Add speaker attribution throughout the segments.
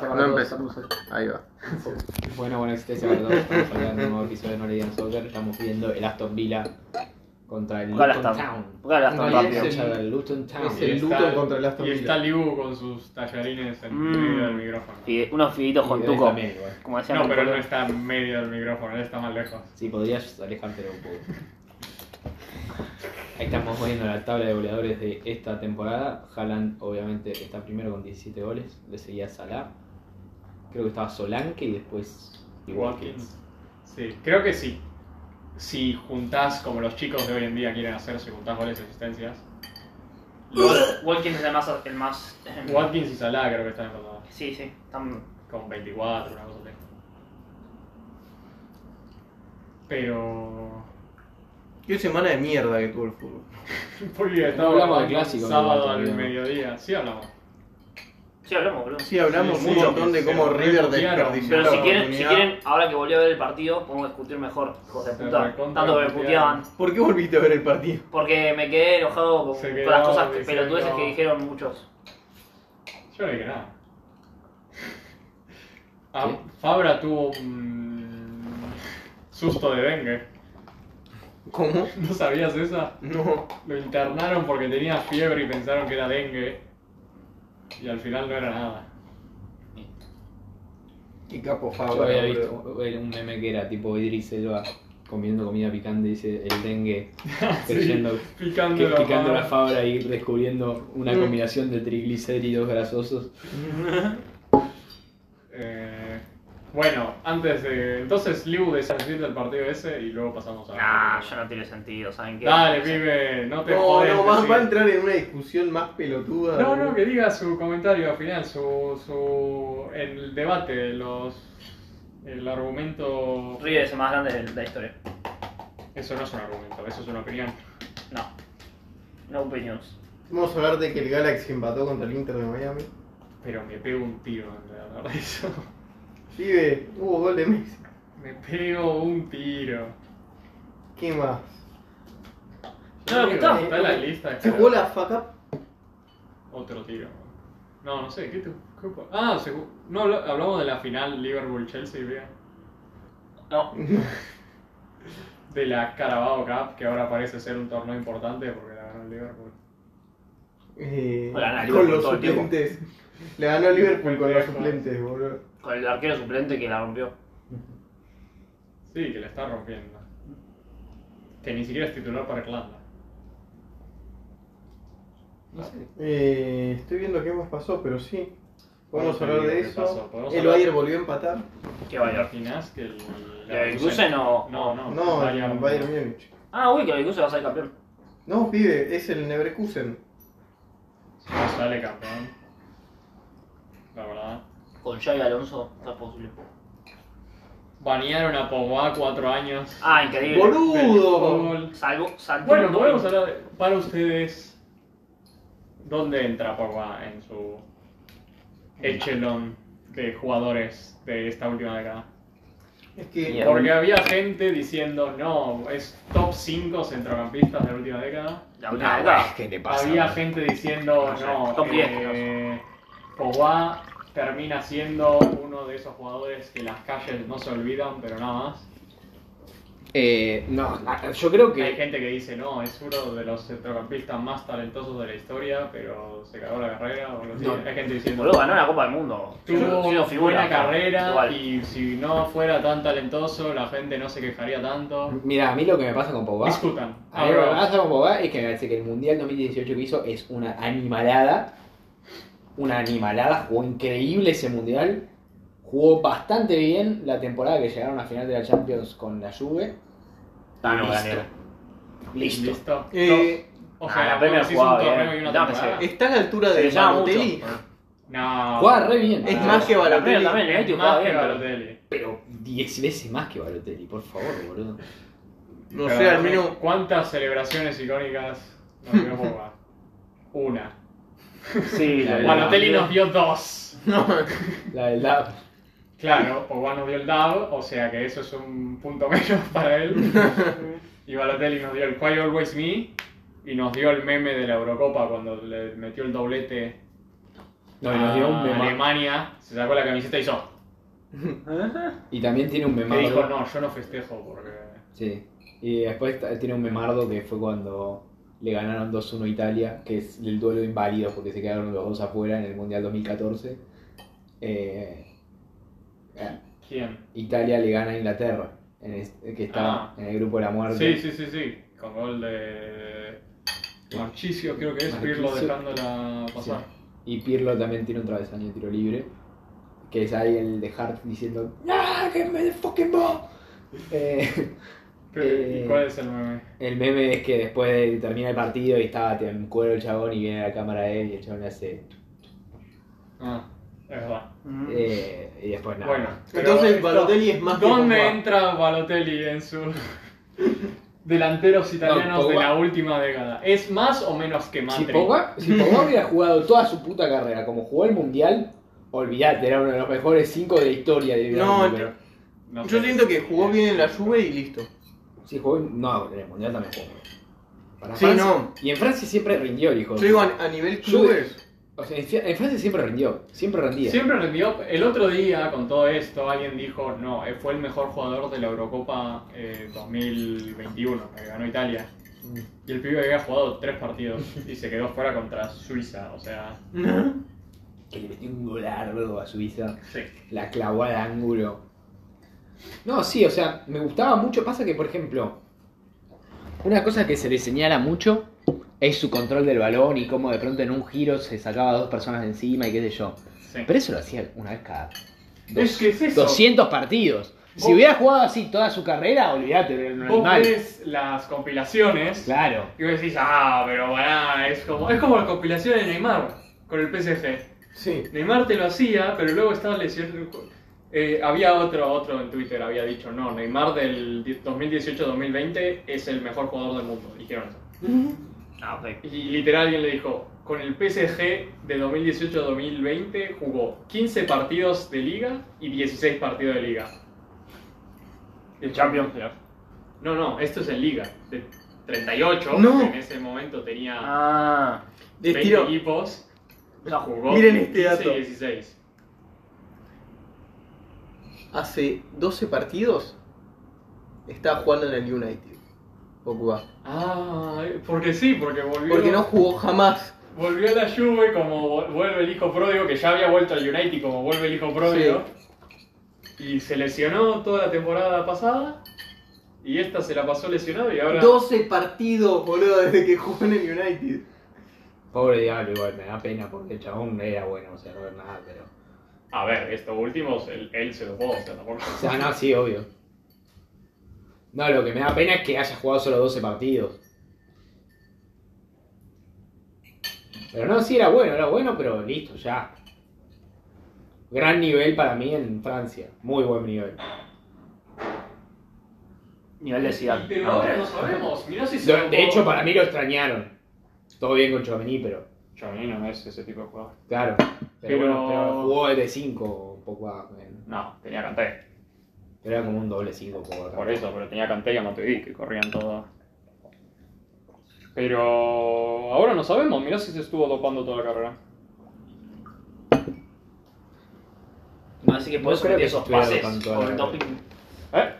Speaker 1: No empezó. Ahí va.
Speaker 2: Bueno, bueno, existencia para todos. Estamos hablando de un nuevo episodio de No League Soccer. Estamos viendo el Aston Villa contra el
Speaker 3: Ojalá
Speaker 2: Luton
Speaker 3: Aston.
Speaker 2: Town.
Speaker 3: Porque hablas
Speaker 2: En
Speaker 3: tan
Speaker 2: realidad
Speaker 3: rápido.
Speaker 2: es el- el Luton Town.
Speaker 4: Es
Speaker 5: Y
Speaker 4: el
Speaker 5: está-
Speaker 4: Luton contra el Aston
Speaker 5: Y
Speaker 4: Villa.
Speaker 5: está Libu con sus tallarines en
Speaker 3: Mm.
Speaker 5: medio del micrófono.
Speaker 3: Fide- unos fiditos con
Speaker 2: Y
Speaker 3: tuco.
Speaker 2: también, igual.
Speaker 3: Como decían
Speaker 5: No, pero él no está en medio del micrófono, él está más lejos.
Speaker 2: Sí, podrías alejártelo un poco. Ahí estamos viendo la tabla de goleadores de esta temporada. Haaland, obviamente, está primero con 17 goles. Le seguía Salah. Creo que estaba Solanke y después. y
Speaker 5: Watkins. Sí, creo que sí. Si juntás, como los chicos de hoy en día quieren hacer, si juntás goles y asistencias. los-
Speaker 3: Watkins es el más. El más eh,
Speaker 5: Watkins y Salah creo que están empatados.
Speaker 3: Sí, sí. Están...
Speaker 5: Con 24, una cosa así. Pero...
Speaker 4: Qué semana de mierda que tuvo el fútbol.
Speaker 5: Porque estaba
Speaker 2: hablamos de clásicos,
Speaker 5: Sábado
Speaker 2: igual,
Speaker 5: al
Speaker 2: también.
Speaker 5: mediodía. Sí hablamos.
Speaker 3: Sí, hablamos, boludo.
Speaker 4: Sí, hablamos
Speaker 5: Sí, sí,
Speaker 4: un montón de
Speaker 5: se
Speaker 4: cómo River
Speaker 5: refugiaron.
Speaker 4: desperdició
Speaker 3: Pero
Speaker 4: la
Speaker 3: si quieren, si
Speaker 4: oportunidad.
Speaker 3: quieren, ahora que volví a ver el partido, podemos discutir mejor, hijos de
Speaker 5: Se
Speaker 3: puta.
Speaker 5: recontra
Speaker 3: Tanto que me
Speaker 5: putearon.
Speaker 3: puteaban.
Speaker 4: ¿Por qué volviste a ver el partido?
Speaker 3: Porque me quedé enojado con,
Speaker 5: Se
Speaker 3: con
Speaker 5: quedó
Speaker 3: las cosas que-
Speaker 5: diciendo-
Speaker 3: pelotudeces que dijeron muchos.
Speaker 5: Yo no dije nada. Ah,
Speaker 2: ¿Sí?
Speaker 5: Fabra tuvo un susto de dengue.
Speaker 4: ¿Cómo?
Speaker 5: ¿No sabías esa?
Speaker 4: No.
Speaker 5: Lo internaron porque tenía fiebre y pensaron que era dengue. Y al final no era nada.
Speaker 4: Qué capo
Speaker 2: Yo
Speaker 4: Fabra,
Speaker 2: había
Speaker 4: boludo.
Speaker 2: visto un un meme que era tipo Idris Elba comiendo comida picante, dice el dengue, creyendo
Speaker 5: Picando,
Speaker 2: que
Speaker 5: la
Speaker 2: picando la
Speaker 5: mano.
Speaker 2: fabra y descubriendo una
Speaker 4: Mm.
Speaker 2: combinación de triglicéridos grasosos.
Speaker 5: Eh, bueno, antes de. Entonces, Liu desistir del partido ese y luego pasamos a.
Speaker 3: Nah, ya no tiene sentido, ¿saben qué?
Speaker 5: Ah, Dale, pibe, no te
Speaker 4: No,
Speaker 5: jodes,
Speaker 4: no, va,
Speaker 5: decir.
Speaker 4: va a entrar en una discusión más pelotuda.
Speaker 5: No,
Speaker 4: boludo.
Speaker 5: no, que diga su comentario al final, su, su el debate, los el argumento.
Speaker 3: River es el más grande de de la historia.
Speaker 5: Eso no es un argumento, eso es una opinión.
Speaker 3: No. No opinions.
Speaker 4: Vamos a hablar de que el Galaxy empató contra el Inter de Miami.
Speaker 5: Pero me pego un tiro de hablar de eso.
Speaker 4: Pibe, hubo gol de Messi.
Speaker 5: Me pego un tiro.
Speaker 4: ¿Qué más?
Speaker 3: No,
Speaker 5: Digo,
Speaker 3: está.
Speaker 5: está en la lista.
Speaker 4: eh, ¿Se
Speaker 5: claro.
Speaker 4: jugó la fuck up?
Speaker 5: Otro tiro. No, no sé, ¿qué te qué ocu- Ah, se ju- no, habl- hablamos de la final Liverpool-Chelsea, vea.
Speaker 3: No.
Speaker 5: De la Carabao Cup, que ahora parece ser un torneo importante porque la ganó el Liverpool.
Speaker 4: Eh,
Speaker 3: Lo ganó Liverpool
Speaker 4: con los
Speaker 3: todo el tiempo.
Speaker 4: suplentes. Le ganó Liverpool con los
Speaker 5: Pendejo.
Speaker 4: suplentes, boludo.
Speaker 3: Con el arquero suplente que la rompió.
Speaker 5: Sí, que la está rompiendo. Que ni siquiera es titular para Irlanda. No sé.
Speaker 4: Eh, estoy viendo qué más pasó, pero sí.
Speaker 5: Vamos
Speaker 4: Podemos
Speaker 5: a
Speaker 4: hablar de
Speaker 5: ver qué pasó.
Speaker 4: eso.
Speaker 5: Podemos
Speaker 4: El
Speaker 5: hablar-
Speaker 4: Bayern volvió a empatar.
Speaker 3: Qué valor.
Speaker 5: imaginas que el.
Speaker 3: Leverkusen o-
Speaker 5: No, no.
Speaker 4: No, el
Speaker 5: Bayern-
Speaker 4: Bayern Múnich.
Speaker 3: Ah, uy, que el Cruz va a ser campeón.
Speaker 4: No, pibe, es el Nebrekusen.
Speaker 5: Si no sale campeón. La verdad.
Speaker 3: Con Xavi Alonso está posible.
Speaker 5: Banearon a Pogba cuatro años.
Speaker 3: Ah, increíble.
Speaker 4: ¡Boludo!
Speaker 5: Gol.
Speaker 3: Salvo, saltó
Speaker 5: Bueno,
Speaker 3: un
Speaker 5: podemos
Speaker 3: gol.
Speaker 5: hablar de- para ustedes. ¿Dónde entra Pogba en su echelón de jugadores de esta última década?
Speaker 4: Es que.
Speaker 3: Mierda.
Speaker 5: Porque había gente diciendo, no, es top 5 centrocampistas de la última década.
Speaker 3: La última década.
Speaker 2: ¿Qué te
Speaker 5: Había gente diciendo,
Speaker 3: No sé,
Speaker 5: no,
Speaker 3: top
Speaker 5: eh, Pogba termina siendo uno de esos jugadores que las calles no se olvidan, pero nada más.
Speaker 2: Eh, no, yo creo
Speaker 5: Hay
Speaker 2: que.
Speaker 5: gente que dice, no, es uno de los centrocampistas más talentosos de la historia, pero se cagó la carrera. o algo así.
Speaker 2: No.
Speaker 5: Hay gente diciendo,
Speaker 3: Boludo, ganó la Copa del Mundo.
Speaker 5: tuvo
Speaker 3: Siendo
Speaker 5: una
Speaker 3: figura,
Speaker 5: buena carrera
Speaker 3: igual.
Speaker 5: y si no fuera tan talentoso, la gente no se quejaría tanto.
Speaker 2: Mira, a mí lo que me pasa con Pogba.
Speaker 5: Discutan.
Speaker 2: A mí lo que me
Speaker 5: Ahora-
Speaker 2: pasa con Pogba es que me parece que el Mundial 2018 que hizo es una animalada. Una animalada. Jugó increíble ese Mundial. Jugó bastante bien la temporada que llegaron a final de la Champions con la Juve.
Speaker 3: Ah, no,
Speaker 2: Listo.
Speaker 3: gané.
Speaker 2: Listo.
Speaker 5: Listo.
Speaker 4: Eh,
Speaker 5: o
Speaker 3: nah,
Speaker 5: sea,
Speaker 3: la Premier
Speaker 5: vos decís
Speaker 3: jugaba
Speaker 5: un torneo
Speaker 3: bien.
Speaker 5: y una
Speaker 3: Dame
Speaker 5: temporada.
Speaker 3: ese.
Speaker 4: ¿Está a la altura
Speaker 3: Se
Speaker 4: de
Speaker 3: le llama mucho.
Speaker 4: Balotelli?
Speaker 5: No.
Speaker 2: Jugaba re bien.
Speaker 4: Es
Speaker 5: No.
Speaker 4: más que
Speaker 3: La Premier
Speaker 4: Balotelli.
Speaker 3: también, el
Speaker 5: Es
Speaker 3: Atlético
Speaker 5: más
Speaker 3: jugaba
Speaker 5: que
Speaker 3: bien. pero-
Speaker 5: Balotelli.
Speaker 2: Pero 10 veces más que Balotelli, por favor, boludo.
Speaker 4: No
Speaker 5: Pero
Speaker 4: sé, al
Speaker 5: dame,
Speaker 4: menos.
Speaker 5: ¿Cuántas celebraciones icónicas nos dio Pogba? una.
Speaker 3: Sí,
Speaker 2: La
Speaker 3: la-
Speaker 5: Balotelli nos dio dos.
Speaker 4: No,
Speaker 2: La verdad.
Speaker 5: Claro, Pogba nos dio el DAO, o sea que eso es un punto menos para él. Y Balotelli nos dio el Why Always Me y nos dio el meme de la Eurocopa cuando le metió el doblete
Speaker 2: No, y nos dio un
Speaker 5: a
Speaker 2: mema-
Speaker 5: Alemania, se sacó la camiseta y hizo.
Speaker 4: ¿Eh?
Speaker 2: Y también tiene un
Speaker 5: Me
Speaker 2: memardo.
Speaker 5: dijo, no, yo no festejo porque.
Speaker 2: Sí. Y después t- tiene un memardo que fue cuando le ganaron 2-1 a Italia, que es el duelo de inválidos porque se quedaron los dos afuera en el Mundial 2014. Eh, eh,
Speaker 5: ¿Quién?
Speaker 2: Italia le gana a Inglaterra, en es- que está
Speaker 5: Ah.
Speaker 2: en el grupo de la muerte.
Speaker 5: Sí, sí, sí, sí. Con gol de. Marchicio, creo que es, Pirlo
Speaker 2: Marchisio.
Speaker 5: dejándola pasar.
Speaker 2: Y Pirlo también tiene un travesaño de tiro libre, que es ahí el de Hart diciendo ¡Ah, que me fucking ball". Eh,
Speaker 5: Pero,
Speaker 2: Eh,
Speaker 5: ¿Y cuál es el meme?
Speaker 2: El meme es que después de- termina el partido y estaba en cuero el chabón y viene a la cámara de él y el chabón le hace.
Speaker 5: Ah, es verdad.
Speaker 3: Mm.
Speaker 2: eh, y después nada.
Speaker 5: Bueno. pero
Speaker 4: Entonces,
Speaker 5: esto-
Speaker 4: Balotelli es más que
Speaker 5: ¿Dónde
Speaker 4: Pogba.
Speaker 5: entra Balotelli en su delanteros italianos
Speaker 2: No,
Speaker 5: de
Speaker 2: Pogba.
Speaker 5: la última década? ¿Es más o menos que
Speaker 2: si
Speaker 5: Matri?
Speaker 2: Pogba, si Pogba hubiera jugado toda su puta carrera como jugó el mundial, olvidate, era uno de los mejores cinco de la historia. De
Speaker 4: No,
Speaker 2: pero
Speaker 5: No
Speaker 4: Yo
Speaker 5: sé.
Speaker 4: siento que jugó bien en la Juve y listo.
Speaker 2: si jugó. No, en el mundial también jugó. Para
Speaker 4: Sí,
Speaker 2: Francia-
Speaker 4: no.
Speaker 2: Y en Francia siempre rindió el hijo.
Speaker 4: Yo
Speaker 2: de-
Speaker 4: digo, a, a nivel clubes,
Speaker 2: O sea, en, Fi- en Francia siempre rindió, siempre rendía.
Speaker 5: Siempre rendió. El otro día, con todo esto, alguien dijo: No, eh, fue el mejor jugador de la Eurocopa eh, 2021, que ganó Italia.
Speaker 2: Mm.
Speaker 5: Y el pibe había jugado tres partidos y se quedó fuera contra Suiza. O sea,
Speaker 2: Que le metió un golardo a Suiza.
Speaker 5: sí.
Speaker 2: La clavó al ángulo. No, sí, o sea, me gustaba mucho. Pasa que, por ejemplo, una cosa que se le señala mucho es su control del balón y cómo de pronto en un giro se sacaba a dos personas de encima y qué sé yo.
Speaker 5: sí.
Speaker 2: Pero eso lo hacía una vez cada dos-
Speaker 5: es que es eso.
Speaker 2: 200 partidos. Si
Speaker 5: Vos-
Speaker 2: hubiera jugado así toda su carrera, olvídate, era un
Speaker 5: Vos
Speaker 2: animal.
Speaker 5: ves las compilaciones.
Speaker 2: Claro.
Speaker 5: Y vos decís, ah, pero pará, es como, es como la compilación de Neymar con el PSG.
Speaker 4: sí.
Speaker 5: Neymar te lo hacía, pero luego estaba lesionado. Eh, había otro, otro en Twitter, había dicho, no, Neymar del 2018-2020 es el mejor jugador del mundo. Dijeron eso.
Speaker 3: Ah, ok.
Speaker 5: Y literal alguien le dijo, con el PSG de 2018-2020 jugó 15 partidos de liga y 16 partidos de liga. El
Speaker 3: Champions.
Speaker 5: No, no, esto es en liga. De 38,
Speaker 4: No.
Speaker 5: que en ese momento tenía...
Speaker 3: Ah.
Speaker 4: Les
Speaker 5: 20
Speaker 4: tiro-
Speaker 5: equipos. La jugó.
Speaker 4: Miren este
Speaker 5: 15
Speaker 4: dato.
Speaker 5: y 16.
Speaker 4: hace 12 partidos está jugando en el United. Pogba.
Speaker 5: Ah, porque sí, porque volvió.
Speaker 4: Porque no jugó jamás.
Speaker 5: Volvió a la Juve como vol- vuelve el hijo pródigo, que ya había vuelto al United como vuelve el hijo pródigo. Y se lesionó toda la temporada pasada. Y esta se la pasó lesionado y ahora.
Speaker 4: 12 partidos, boludo, desde que jugó en el United.
Speaker 2: Pobre diablo, igual me da pena porque el chabón era bueno, o sea, no era nada, pero.
Speaker 5: A ver, estos últimos, él, él se los pudo, o sea, tampoco.
Speaker 2: O sea, no, sí, obvio. No, lo que me da pena es que haya jugado solo 12 partidos. Pero no, sí, era bueno, era bueno, pero listo, ya. Gran nivel para mí en Francia. Muy buen nivel.
Speaker 3: Nivel de Zidane.
Speaker 5: Pero ahora no sabemos, mirá si se
Speaker 2: Lo-
Speaker 5: lo
Speaker 2: de hecho,
Speaker 5: pudo-
Speaker 2: para mí lo extrañaron. Todo bien con Chouameni, pero...
Speaker 5: Chomini no es ese tipo de jugador.
Speaker 2: Claro. Pero,
Speaker 5: Pero-
Speaker 2: bueno, pero jugó de 5 un poco a- en-
Speaker 5: No, tenía Kanté.
Speaker 2: Pero era como un doble 5 poco acá.
Speaker 5: Por eso, pero tenía Kanté y a Matuidi que corrían todo. Pero ahora no sabemos, mirá si se estuvo dopando toda la carrera.
Speaker 3: Así que
Speaker 2: No
Speaker 3: por eso
Speaker 2: creo
Speaker 3: metí
Speaker 2: que
Speaker 3: esos
Speaker 2: estuviera
Speaker 3: pases
Speaker 2: tanto
Speaker 3: con
Speaker 2: al-
Speaker 3: doping.
Speaker 5: ¿Eh?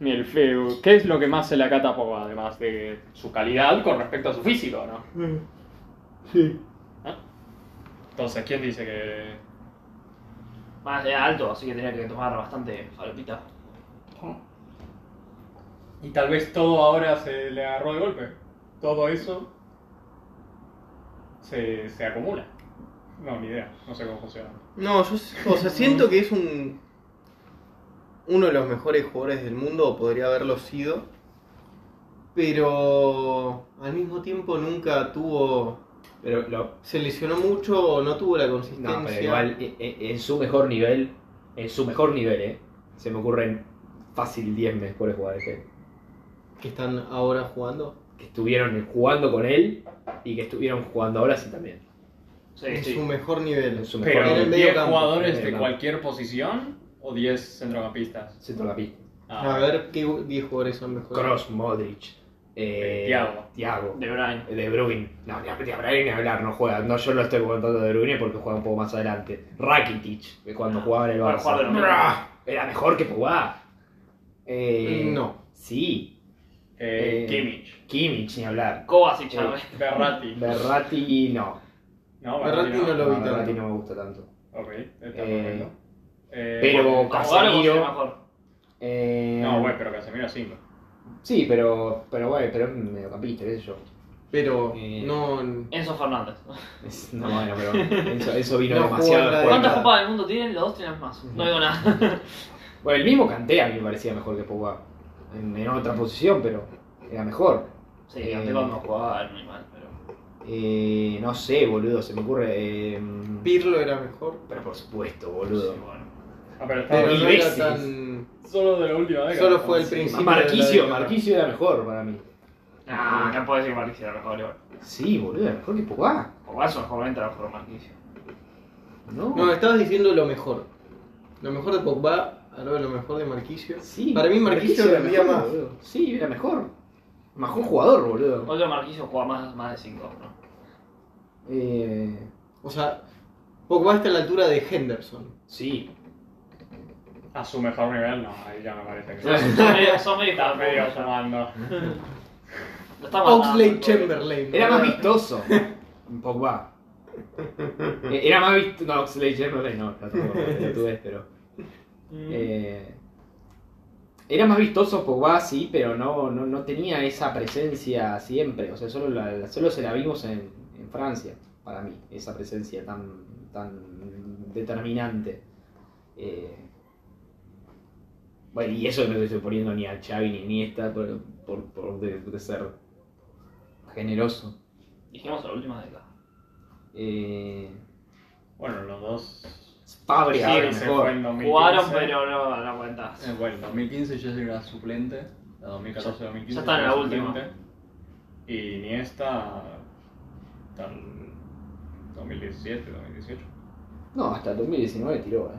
Speaker 5: Miel feo. ¿Qué es lo que más se le acata a Pogba, además de su calidad con respecto a su físico, no?
Speaker 3: Mm.
Speaker 5: ¿Eh? Entonces, ¿quién dice que.?
Speaker 3: Más era alto, así que tenía que tomar bastante falopita.
Speaker 5: Y tal vez todo ahora se le agarró de golpe. Todo eso. se, se acumula. No, ni idea, no sé cómo funciona.
Speaker 4: No, yo s- o sea, siento que es un uno de los mejores jugadores del mundo, o podría haberlo sido, pero al mismo tiempo nunca tuvo,
Speaker 2: Pero lo-
Speaker 4: se lesionó mucho, no tuvo la consistencia.
Speaker 2: No, pero igual, e- e- en su mejor nivel, en su mejor nivel, ¿eh? Se me ocurren fácil 10 mejores jugadores que,
Speaker 4: que están ahora jugando.
Speaker 2: que estuvieron jugando con él y que estuvieron jugando ahora sí también.
Speaker 3: Sí,
Speaker 4: en
Speaker 3: sí.
Speaker 4: su mejor nivel.
Speaker 2: En su mejor
Speaker 5: Pero
Speaker 4: En el
Speaker 2: nivel.
Speaker 4: medio
Speaker 5: 10
Speaker 4: campo,
Speaker 2: en el
Speaker 5: jugadores de
Speaker 2: campo.
Speaker 5: cualquier posición o 10 centrocampistas.
Speaker 2: Centrocampista.
Speaker 5: Ah,
Speaker 4: A ver qué 10 jugadores son mejores.
Speaker 2: Cross, Modric, Eh,
Speaker 5: Eh, Thiago.
Speaker 2: Thiago.
Speaker 3: De Bruyne.
Speaker 2: De Bruyne. No, de de Bruyne ni hablar, no juega. No, yo lo estoy contando de Bruyne porque juega un poco más adelante. Rakitic, de cuando
Speaker 3: Ah,
Speaker 2: jugaba en el
Speaker 3: para jugar de
Speaker 2: Barça.
Speaker 3: nuevo.
Speaker 2: Era mejor que Pogba. Eh,
Speaker 4: No.
Speaker 2: Sí. Eh,
Speaker 5: Eh, Kimmich.
Speaker 2: Kimmich, ni hablar.
Speaker 3: Kovacic,
Speaker 5: Eh,
Speaker 3: a ver.
Speaker 5: Berratti.
Speaker 2: Berratti, no.
Speaker 5: No, Ah,
Speaker 4: Berratti no lo
Speaker 2: No,
Speaker 4: vi tanto.
Speaker 2: Berratti no me gusta tanto.
Speaker 5: Ok, está
Speaker 2: Eh,
Speaker 5: perfecto. Eh,
Speaker 2: pero-
Speaker 5: bueno,
Speaker 3: Como Gago
Speaker 2: Casemiro.
Speaker 3: sería mejor.
Speaker 2: Eh,
Speaker 5: No, bueno, pero Casemiro 5.
Speaker 2: Sí, pero, pero bueno, pero es un mediocampista, qué sé yo.
Speaker 4: Pero
Speaker 2: Eh,
Speaker 4: no.
Speaker 3: Enzo Fernández.
Speaker 2: Es- No, bueno, pero eso, eso vino
Speaker 4: No
Speaker 2: demasiado
Speaker 4: jugó en la
Speaker 2: después.
Speaker 3: ¿Cuántas copas del mundo tienen? Los dos tienen más. No digo nada.
Speaker 2: Bueno, el mismo Kanté a mí me parecía mejor que Pogba. En, en otra posición, pero era mejor.
Speaker 3: Sí,
Speaker 2: Eh,
Speaker 3: antes cuando jugaba era muy mal, pero.
Speaker 2: Eh, no sé, boludo, se me ocurre... eh,
Speaker 4: Pirlo era mejor.
Speaker 2: pero por supuesto,
Speaker 3: Sí,
Speaker 2: boludo.
Speaker 3: bueno.
Speaker 5: Ah, pero estaba
Speaker 4: Pero
Speaker 2: mil
Speaker 4: no era
Speaker 2: veces.
Speaker 4: tan.
Speaker 5: solo de la última década.
Speaker 4: Solo fue el
Speaker 5: Sí.
Speaker 4: principio.
Speaker 2: Marquicio,
Speaker 4: de la década.
Speaker 2: Marquicio era mejor para mí.
Speaker 3: Ah, no puedo decir que Marquis era mejor, igual.
Speaker 2: Sí, boludo, era mejor que Pogba.
Speaker 3: Pogba es un mejor venta, mejor Marquis.
Speaker 2: No.
Speaker 4: No, estabas diciendo lo mejor. Lo mejor de Pogba, ahora lo mejor de Marquicio.
Speaker 2: Sí.
Speaker 4: Para mí Marquillo
Speaker 2: Marquillo
Speaker 4: rendía
Speaker 2: mejor,
Speaker 4: más.
Speaker 2: boludo. Sí, era mejor. Mejor jugador, boludo.
Speaker 3: Otro Marquillo juega más, más de 5, ¿no?
Speaker 2: Eh,
Speaker 4: O sea, Pogba está a la altura de Henderson.
Speaker 2: sí.
Speaker 5: A su mejor nivel, no, ahí ya me parece que.
Speaker 3: Pero Son medio, son medio
Speaker 5: Está medio
Speaker 3: Lo
Speaker 5: fumando.
Speaker 2: Ah,
Speaker 3: está matando,
Speaker 4: Oxley
Speaker 3: pobre.
Speaker 4: Chamberlain.
Speaker 2: Era más
Speaker 4: ¿verdad?
Speaker 2: vistoso. Pogba. Eh, Era más vistoso. No, Oxlade Chamberlain no, la tengo, la tuve, pero.
Speaker 3: Mm.
Speaker 2: eh, era más vistoso Pogba, sí, pero no, no, no tenía esa presencia siempre. O sea, solo, la- la- solo se la vimos en, en Francia, para mí, esa presencia tan, tan determinante. Eh, bueno, y eso no le estoy poniendo ni a Xavi ni a Iniesta por, por, por de- de ser generoso.
Speaker 3: Dijimos la última década.
Speaker 2: Eh,
Speaker 5: Bueno, los dos.
Speaker 2: Fabri
Speaker 5: Sí,
Speaker 2: ahora
Speaker 5: se
Speaker 2: mejor.
Speaker 5: fue en 2015.
Speaker 3: Jugaron, pero no, no cuentas.
Speaker 5: Eh, bueno, 2015 yo era suplente. La 2014-2015.
Speaker 3: Ya está en la última.
Speaker 5: Y Iniesta. Tal. 2017, 2018.
Speaker 2: No, hasta 2019 tiró, eh.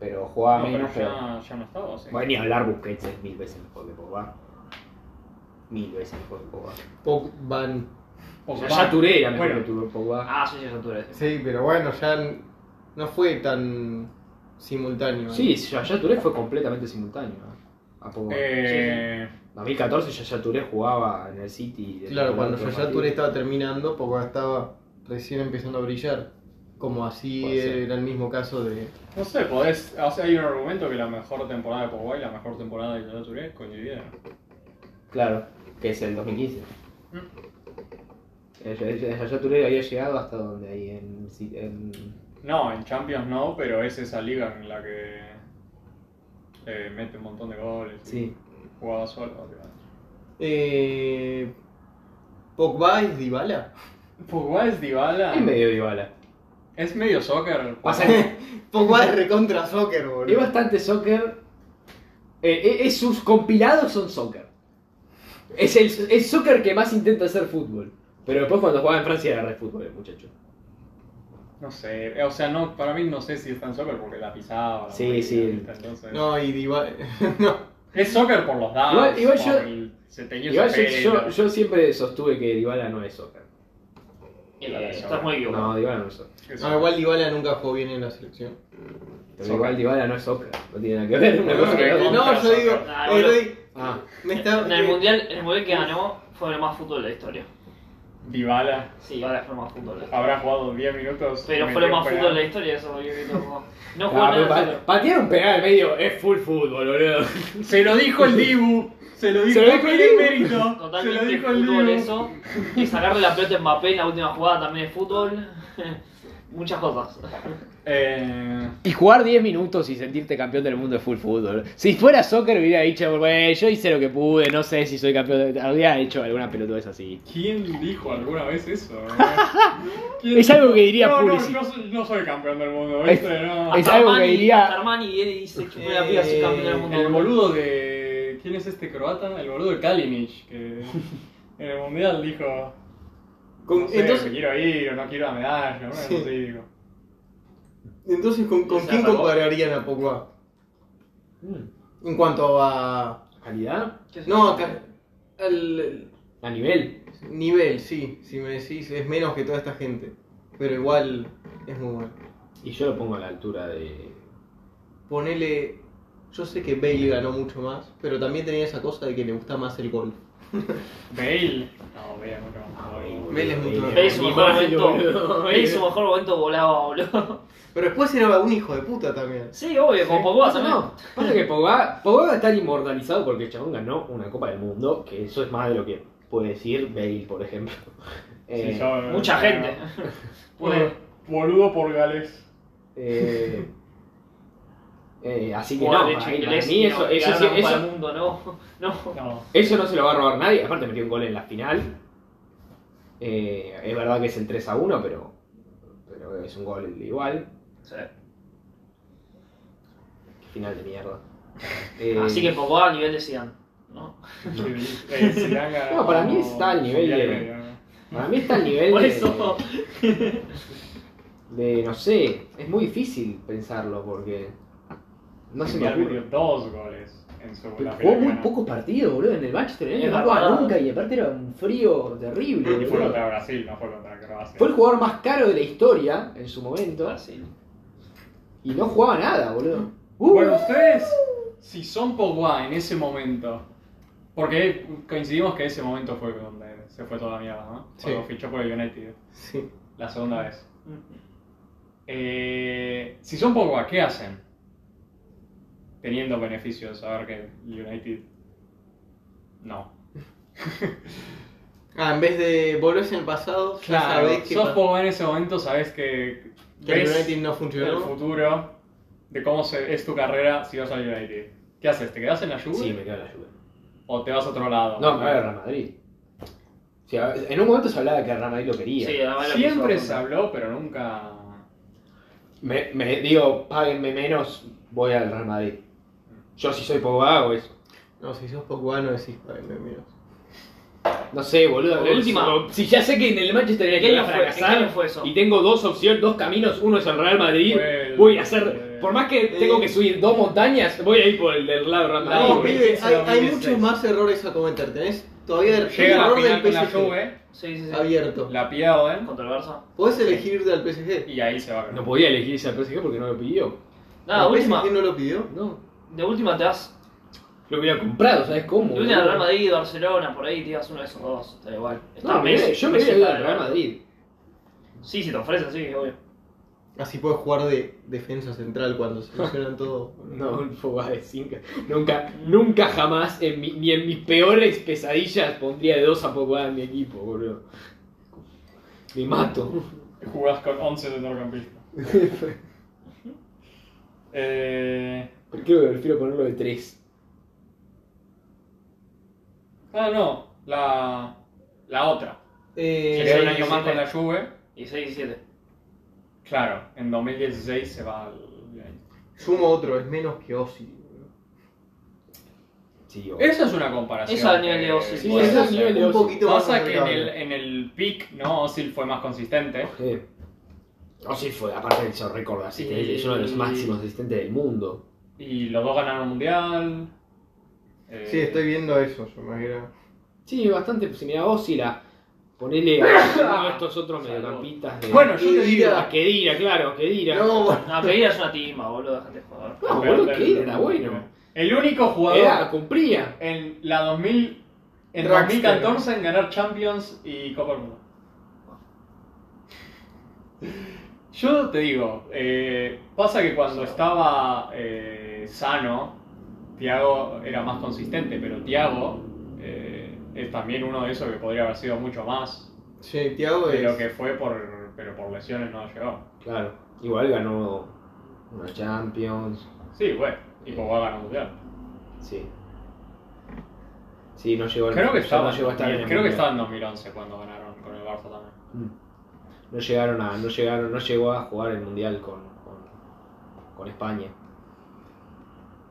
Speaker 2: Pero jugaba
Speaker 5: no,
Speaker 2: menos.
Speaker 5: pero
Speaker 2: Pero
Speaker 5: ya, ya no estaba, sí.
Speaker 2: Bueno, ni hablar Busquets es mil veces mejor que Pogba. Mil veces mejor que Pogba.
Speaker 4: Pogban.
Speaker 2: O sea,
Speaker 5: Pogba.
Speaker 2: ya Touré era mejor
Speaker 5: Bueno,
Speaker 2: que Touré, Pogba.
Speaker 3: Ah, sí, sí, Santura.
Speaker 4: Sí, pero bueno, ya n- no fue tan simultáneo.
Speaker 2: Sí, Yaya Touré fue completamente simultáneo eh, a Pogba.
Speaker 5: Eh,
Speaker 2: 2014 Yaya Touré jugaba en el City. de
Speaker 4: Claro,
Speaker 2: titular
Speaker 4: cuando
Speaker 2: todo el
Speaker 4: Yaya
Speaker 2: partido.
Speaker 4: Touré estaba terminando, Pogba estaba recién empezando a brillar. Como así
Speaker 2: Puede ser.
Speaker 4: era el mismo caso de.
Speaker 5: No sé, podés. O sea, hay un argumento que la mejor temporada de Pogba y la mejor temporada de Yaya Touré coincidieron.
Speaker 2: Claro, que es el 2015.
Speaker 3: Mm.
Speaker 2: Eh, Yaya Touré había llegado hasta donde ahí en, en
Speaker 5: No, en Champions no, pero es esa liga en la que eh, mete un montón de goles. y
Speaker 2: Sí.
Speaker 5: Jugaba solo. básicamente.
Speaker 4: Eh, Pogba es Dybala.
Speaker 5: Pogba es Dybala.
Speaker 2: Es medio Dybala.
Speaker 5: Es medio soccer.
Speaker 2: Pasa que
Speaker 4: Pogba es recontra soccer,
Speaker 2: es
Speaker 4: boludo.
Speaker 2: bastante soccer. Eh, eh, eh, sus compilados son soccer. Es el es soccer que más intenta hacer fútbol. Pero después cuando jugaba en Francia era re fútbol el muchacho.
Speaker 5: No sé. eh, O sea, no, para mí no sé si es tan soccer porque la pisaba. la
Speaker 2: Sí,
Speaker 5: movía,
Speaker 2: sí.
Speaker 5: ¿viste? Entonces,
Speaker 4: No, y Dybala. no.
Speaker 5: Es soccer por los
Speaker 2: Igual-
Speaker 5: dados.
Speaker 2: igual yo-
Speaker 5: Se teñía
Speaker 2: Igual
Speaker 5: su
Speaker 2: yo,
Speaker 5: pelo.
Speaker 2: yo, yo siempre sostuve que Dybala no es soccer.
Speaker 3: Eh, estás muy equivocado.
Speaker 2: No, Dybala no es soccer.
Speaker 5: Que
Speaker 4: No,
Speaker 5: son-
Speaker 4: igual Dybala nunca jugó bien en la selección.
Speaker 2: Pero igual Dybala no es soccer. No tiene nada que ver una cosa que la
Speaker 5: Recontra
Speaker 4: No,
Speaker 2: otra.
Speaker 4: yo
Speaker 5: soccer.
Speaker 4: digo.
Speaker 3: Ah,
Speaker 4: eh,
Speaker 3: boludo.
Speaker 4: Rey,
Speaker 2: Ah,
Speaker 4: me está. eh,
Speaker 3: En el mundial, en el mundial que ganó fue el más fútbol de la historia.
Speaker 5: Dybala
Speaker 3: Sí, Ah, ahora fue el más fútbol. de la historia.
Speaker 5: habrá jugado 10 minutos.
Speaker 3: Pero fue
Speaker 5: metió
Speaker 3: el más
Speaker 5: un
Speaker 3: fútbol de la
Speaker 5: penal.
Speaker 3: historia, eso yo que no- No jugó
Speaker 2: Ah, pero
Speaker 3: nada.
Speaker 2: pa-
Speaker 3: solo.
Speaker 2: patear un penal medio es full fútbol, boludo.
Speaker 5: Se lo dijo el Dibu. Se lo dijo,
Speaker 2: Se lo dijo el
Speaker 5: Felipe
Speaker 2: Dibu.
Speaker 5: Mérito. Se lo
Speaker 3: Totalmente
Speaker 5: dijo el
Speaker 3: fútbol
Speaker 5: Dibu.
Speaker 3: eso. Y sacarle la pelota a Mbappé en la última jugada también es fútbol. Muchas cosas.
Speaker 5: Eh,
Speaker 2: Y jugar 10 minutos y sentirte campeón del mundo es full fútbol. Si fuera soccer hubiera dicho, bueno, yo hice lo que pude, no sé si soy campeón. de-". Habría hecho alguna pelotudez así.
Speaker 5: ¿Quién dijo alguna vez eso? eh? ¿Quién
Speaker 2: Es algo que diría
Speaker 5: no, no,
Speaker 2: Pulisic.
Speaker 5: yo soy- no soy campeón del mundo, ¿viste? No.
Speaker 2: Es algo que
Speaker 3: Armani-
Speaker 2: diría-
Speaker 3: Armani viene y dice que una piba soy campeón del
Speaker 2: Eh,
Speaker 3: mundo.
Speaker 5: El boludo de... ¿Quién es este croata? El boludo de Kalinic, que en el Mundial dijo...
Speaker 4: con-
Speaker 5: no sé, me
Speaker 4: entonces,
Speaker 5: quiero ir o no quiero la medalla, bueno,
Speaker 4: Sí.
Speaker 5: no sé, digo.
Speaker 4: entonces, ¿con, con
Speaker 3: Se
Speaker 4: quién
Speaker 3: apagó.
Speaker 4: compararían a Pogba? En cuanto a.
Speaker 2: Mm, ¿Calidad?
Speaker 3: ¿Qué es eso?
Speaker 4: No, ca- al
Speaker 2: A nivel.
Speaker 4: nivel, sí, si me decís, es menos que toda esta gente. Pero igual es muy bueno.
Speaker 2: Y yo lo pongo a la altura de.
Speaker 4: Ponele. Yo sé que Bale ganó mucho más, pero también tenía esa cosa de que le gusta más el golf.
Speaker 5: Bale. No, Bale es mucho más joven.
Speaker 4: Bale es mucho
Speaker 3: Bale su
Speaker 2: Mi
Speaker 3: mejor
Speaker 2: madre,
Speaker 3: momento.
Speaker 2: boludo.
Speaker 3: Bale su mejor momento volaba, boludo.
Speaker 4: Pero después era un hijo de puta también.
Speaker 3: Sí, obvio, con Pogba
Speaker 2: Pasa-
Speaker 3: también.
Speaker 2: no, pasa que Pogba, Pogba va a estar inmortalizado porque el chabón ganó una Copa del Mundo, que eso es más de lo que puede decir Bale, por ejemplo. Eh,
Speaker 5: Sí, yo-
Speaker 3: Mucha
Speaker 5: yo-
Speaker 3: gente. Puede.
Speaker 5: Boludo por Gales.
Speaker 2: eh, eh, así que
Speaker 3: Jugar
Speaker 2: no,
Speaker 3: leche
Speaker 2: para mí- para
Speaker 3: inglés
Speaker 2: mí
Speaker 3: y
Speaker 2: eso,
Speaker 3: no,
Speaker 2: eso,
Speaker 3: llegar a
Speaker 2: sí-
Speaker 3: la Copa
Speaker 2: eso-
Speaker 3: del mundo, no. No.
Speaker 5: No.
Speaker 2: eso no se lo va a robar nadie. Aparte metió un gol en la final. Eh, es verdad que es el 3 a 1, pero, pero es un gol igual. Final de mierda. Eh,
Speaker 3: Así que Pogba a nivel de Zidane. ¿no?
Speaker 5: Eh, Zidane ganó
Speaker 2: No, para mí está al nivel
Speaker 5: Mundial
Speaker 2: de-
Speaker 5: y medio, ¿no?
Speaker 2: Para mí está al nivel
Speaker 3: Por
Speaker 2: de-
Speaker 3: eso.
Speaker 2: de, no sé, es muy difícil pensarlo porque no se me
Speaker 5: Mundial metió
Speaker 2: ocurre.
Speaker 5: dos goles en su
Speaker 2: Pero
Speaker 5: la
Speaker 2: jugó muy
Speaker 5: película.
Speaker 2: pocos partidos, boludo, en el Manchester. ¿eh?
Speaker 3: Es
Speaker 2: No jugaba
Speaker 3: verdad.
Speaker 2: nunca y aparte era un frío terrible.
Speaker 5: Y fue
Speaker 2: boludo.
Speaker 5: contra Brasil, no fue contra Croacia.
Speaker 2: Fue el jugador más caro de la historia en su momento
Speaker 3: Brasil.
Speaker 2: y no jugaba nada, boludo. Uh,
Speaker 5: Bueno, ustedes, si son Pogba en ese momento, porque coincidimos que ese momento fue donde se fue toda la mierda, ¿no?
Speaker 4: Sí.
Speaker 5: Cuando fichó por el United,
Speaker 4: Sí.
Speaker 5: la segunda vez. Eh, si son Pogba, ¿qué hacen? Teniendo beneficios, saber que el United. No.
Speaker 4: Ah, en vez de volvés en el pasado, ya
Speaker 5: Claro,
Speaker 4: sabés que
Speaker 5: sos
Speaker 4: pa-
Speaker 5: Pogba en ese momento, sabes que.
Speaker 4: que el
Speaker 5: ves-
Speaker 4: United no
Speaker 5: el
Speaker 4: funcionó.
Speaker 5: futuro de cómo se- es tu carrera si vas al United. ¿Qué haces? ¿Te quedas en la Juve?
Speaker 2: sí, me quedo en la Juve.
Speaker 5: ¿O te vas a otro lado?
Speaker 2: No, me voy a Real Madrid. O sea, en un momento se hablaba que Real Madrid lo quería.
Speaker 3: Sí, eh. además Ah, lo
Speaker 5: Siempre
Speaker 3: quiso
Speaker 5: se
Speaker 3: contra.
Speaker 5: habló, pero nunca.
Speaker 2: Me, me digo, páguenme menos, voy al Real Madrid. Yo si soy Pogba hago eso.
Speaker 4: No, si sos Pogba no decís para mí, mira.
Speaker 2: No sé, boludo.
Speaker 3: Por última.
Speaker 2: Si ya sé que en el Manchester
Speaker 3: ¿En
Speaker 2: United
Speaker 3: qué año
Speaker 2: voy a
Speaker 3: fue- en qué año
Speaker 2: fracasar
Speaker 3: fue eso?
Speaker 2: y tengo dos opciones, dos caminos, uno es el Real Madrid,
Speaker 5: Fue el-
Speaker 2: voy a hacer, por más que
Speaker 4: Eh.
Speaker 2: tengo que subir dos montañas, voy a ir por el del Real Madrid.
Speaker 4: No,
Speaker 5: güey,
Speaker 4: pibe,
Speaker 5: ese
Speaker 4: hay,
Speaker 5: era
Speaker 4: hay
Speaker 5: 2006.
Speaker 4: muchos más errores a cometer. Tenés todavía el
Speaker 5: Llega la
Speaker 4: error
Speaker 5: final
Speaker 4: del
Speaker 5: con la
Speaker 4: PSG
Speaker 5: Juve,
Speaker 3: Sí, sí, sí.
Speaker 4: abierto.
Speaker 5: la pierden
Speaker 3: Contra el Barça.
Speaker 4: Podés elegir irte al PSG.
Speaker 5: y ahí se va.
Speaker 2: No podía elegir ese PSG porque no lo pidió.
Speaker 3: Nada,
Speaker 4: ¿El
Speaker 3: última.
Speaker 4: PSG no lo pidió?
Speaker 2: No.
Speaker 3: De última te das.
Speaker 2: Lo hubiera comprado, ¿sabes cómo?
Speaker 3: De última al
Speaker 2: boludo?
Speaker 3: Real Madrid, Barcelona, por ahí te ibas uno de esos dos. Está igual. Está
Speaker 2: No, me hubiera-
Speaker 3: Messi,
Speaker 2: yo me
Speaker 3: Messi
Speaker 2: hubiera ido
Speaker 3: está
Speaker 2: al Real Madrid.
Speaker 3: Sí, si te ofrecen, sí, obvio.
Speaker 4: Así podés jugar de defensa central cuando se lesionan todo.
Speaker 2: No, un Pogba de 5. Nunca, nunca jamás, en mi- ni en mis peores pesadillas, pondría de dos a Pogba en mi equipo, boludo. Me mato.
Speaker 5: Jugás con 11 centrocampistas. eh...
Speaker 2: Creo que prefiero ponerlo de 3.
Speaker 5: Ah, no, la, la otra.
Speaker 4: Eh,
Speaker 5: Se
Speaker 3: Sí,
Speaker 5: queda un
Speaker 3: sí,
Speaker 5: año
Speaker 3: sí,
Speaker 5: más
Speaker 3: sí.
Speaker 5: con la Juve.
Speaker 3: Y 6 y 7.
Speaker 5: Claro, en 2016 se va al United.
Speaker 4: Sumo otro, es menos que Ozzy.
Speaker 5: Eh,
Speaker 2: Sí, o-
Speaker 5: Esa es una comparación.
Speaker 3: Esa a nivel de
Speaker 5: que
Speaker 3: Ozil.
Speaker 2: Sí,
Speaker 5: podemos
Speaker 2: ese es
Speaker 5: hacer.
Speaker 2: el nivel de
Speaker 4: Un
Speaker 2: Ozil.
Speaker 4: poquito más
Speaker 5: Pasa que en el,
Speaker 4: amigable.
Speaker 5: en el pick, ¿no? Osil fue más consistente.
Speaker 2: Eh. Ozil fue, aparte de esos récord de asistencia, es uno de los
Speaker 5: Y-
Speaker 2: máximos asistentes del mundo.
Speaker 5: Y los dos ganaron mundial. Eh,
Speaker 4: Sí, estoy viendo eso, yo me imagino.
Speaker 2: Sí, bastante pues, similar a Ozil a ponerle a uno de estos otros mediocampistas de...
Speaker 5: Bueno, yo te digo.
Speaker 2: a Kedira, claro, a Kedira.
Speaker 4: No, bueno.
Speaker 3: No, Kedira es una timba, boludo, dejate joder.
Speaker 2: No,
Speaker 5: campeón
Speaker 2: boludo,
Speaker 5: del-
Speaker 2: Kedira era bueno.
Speaker 5: El único jugador
Speaker 2: Era, cumplía.
Speaker 5: en la 2000. En
Speaker 4: Rockster.
Speaker 5: 2014 en ganar Champions y Copa del Mundo. Yo te digo, eh, pasa que cuando estaba eh, sano, Thiago era más consistente, pero Thiago eh, es también uno de esos que podría haber sido mucho más
Speaker 4: Sí, Tiago
Speaker 2: Pues
Speaker 5: de lo
Speaker 4: es.
Speaker 5: que fue, por, pero por lesiones no llegó.
Speaker 2: Claro, igual ganó una Champions.
Speaker 5: Sí, bueno, y Pogba ganó mundial.
Speaker 2: Sí. Sí, no llegó, al-
Speaker 5: Creo que
Speaker 2: no
Speaker 5: estaba,
Speaker 2: llegó a estar en el
Speaker 5: creo que
Speaker 2: Mundial. Mm.
Speaker 5: estaba en 2011 cuando ganaron con el Barça también.
Speaker 2: No llegaron a, no llegaron, no llegó a jugar el mundial con, con- con España.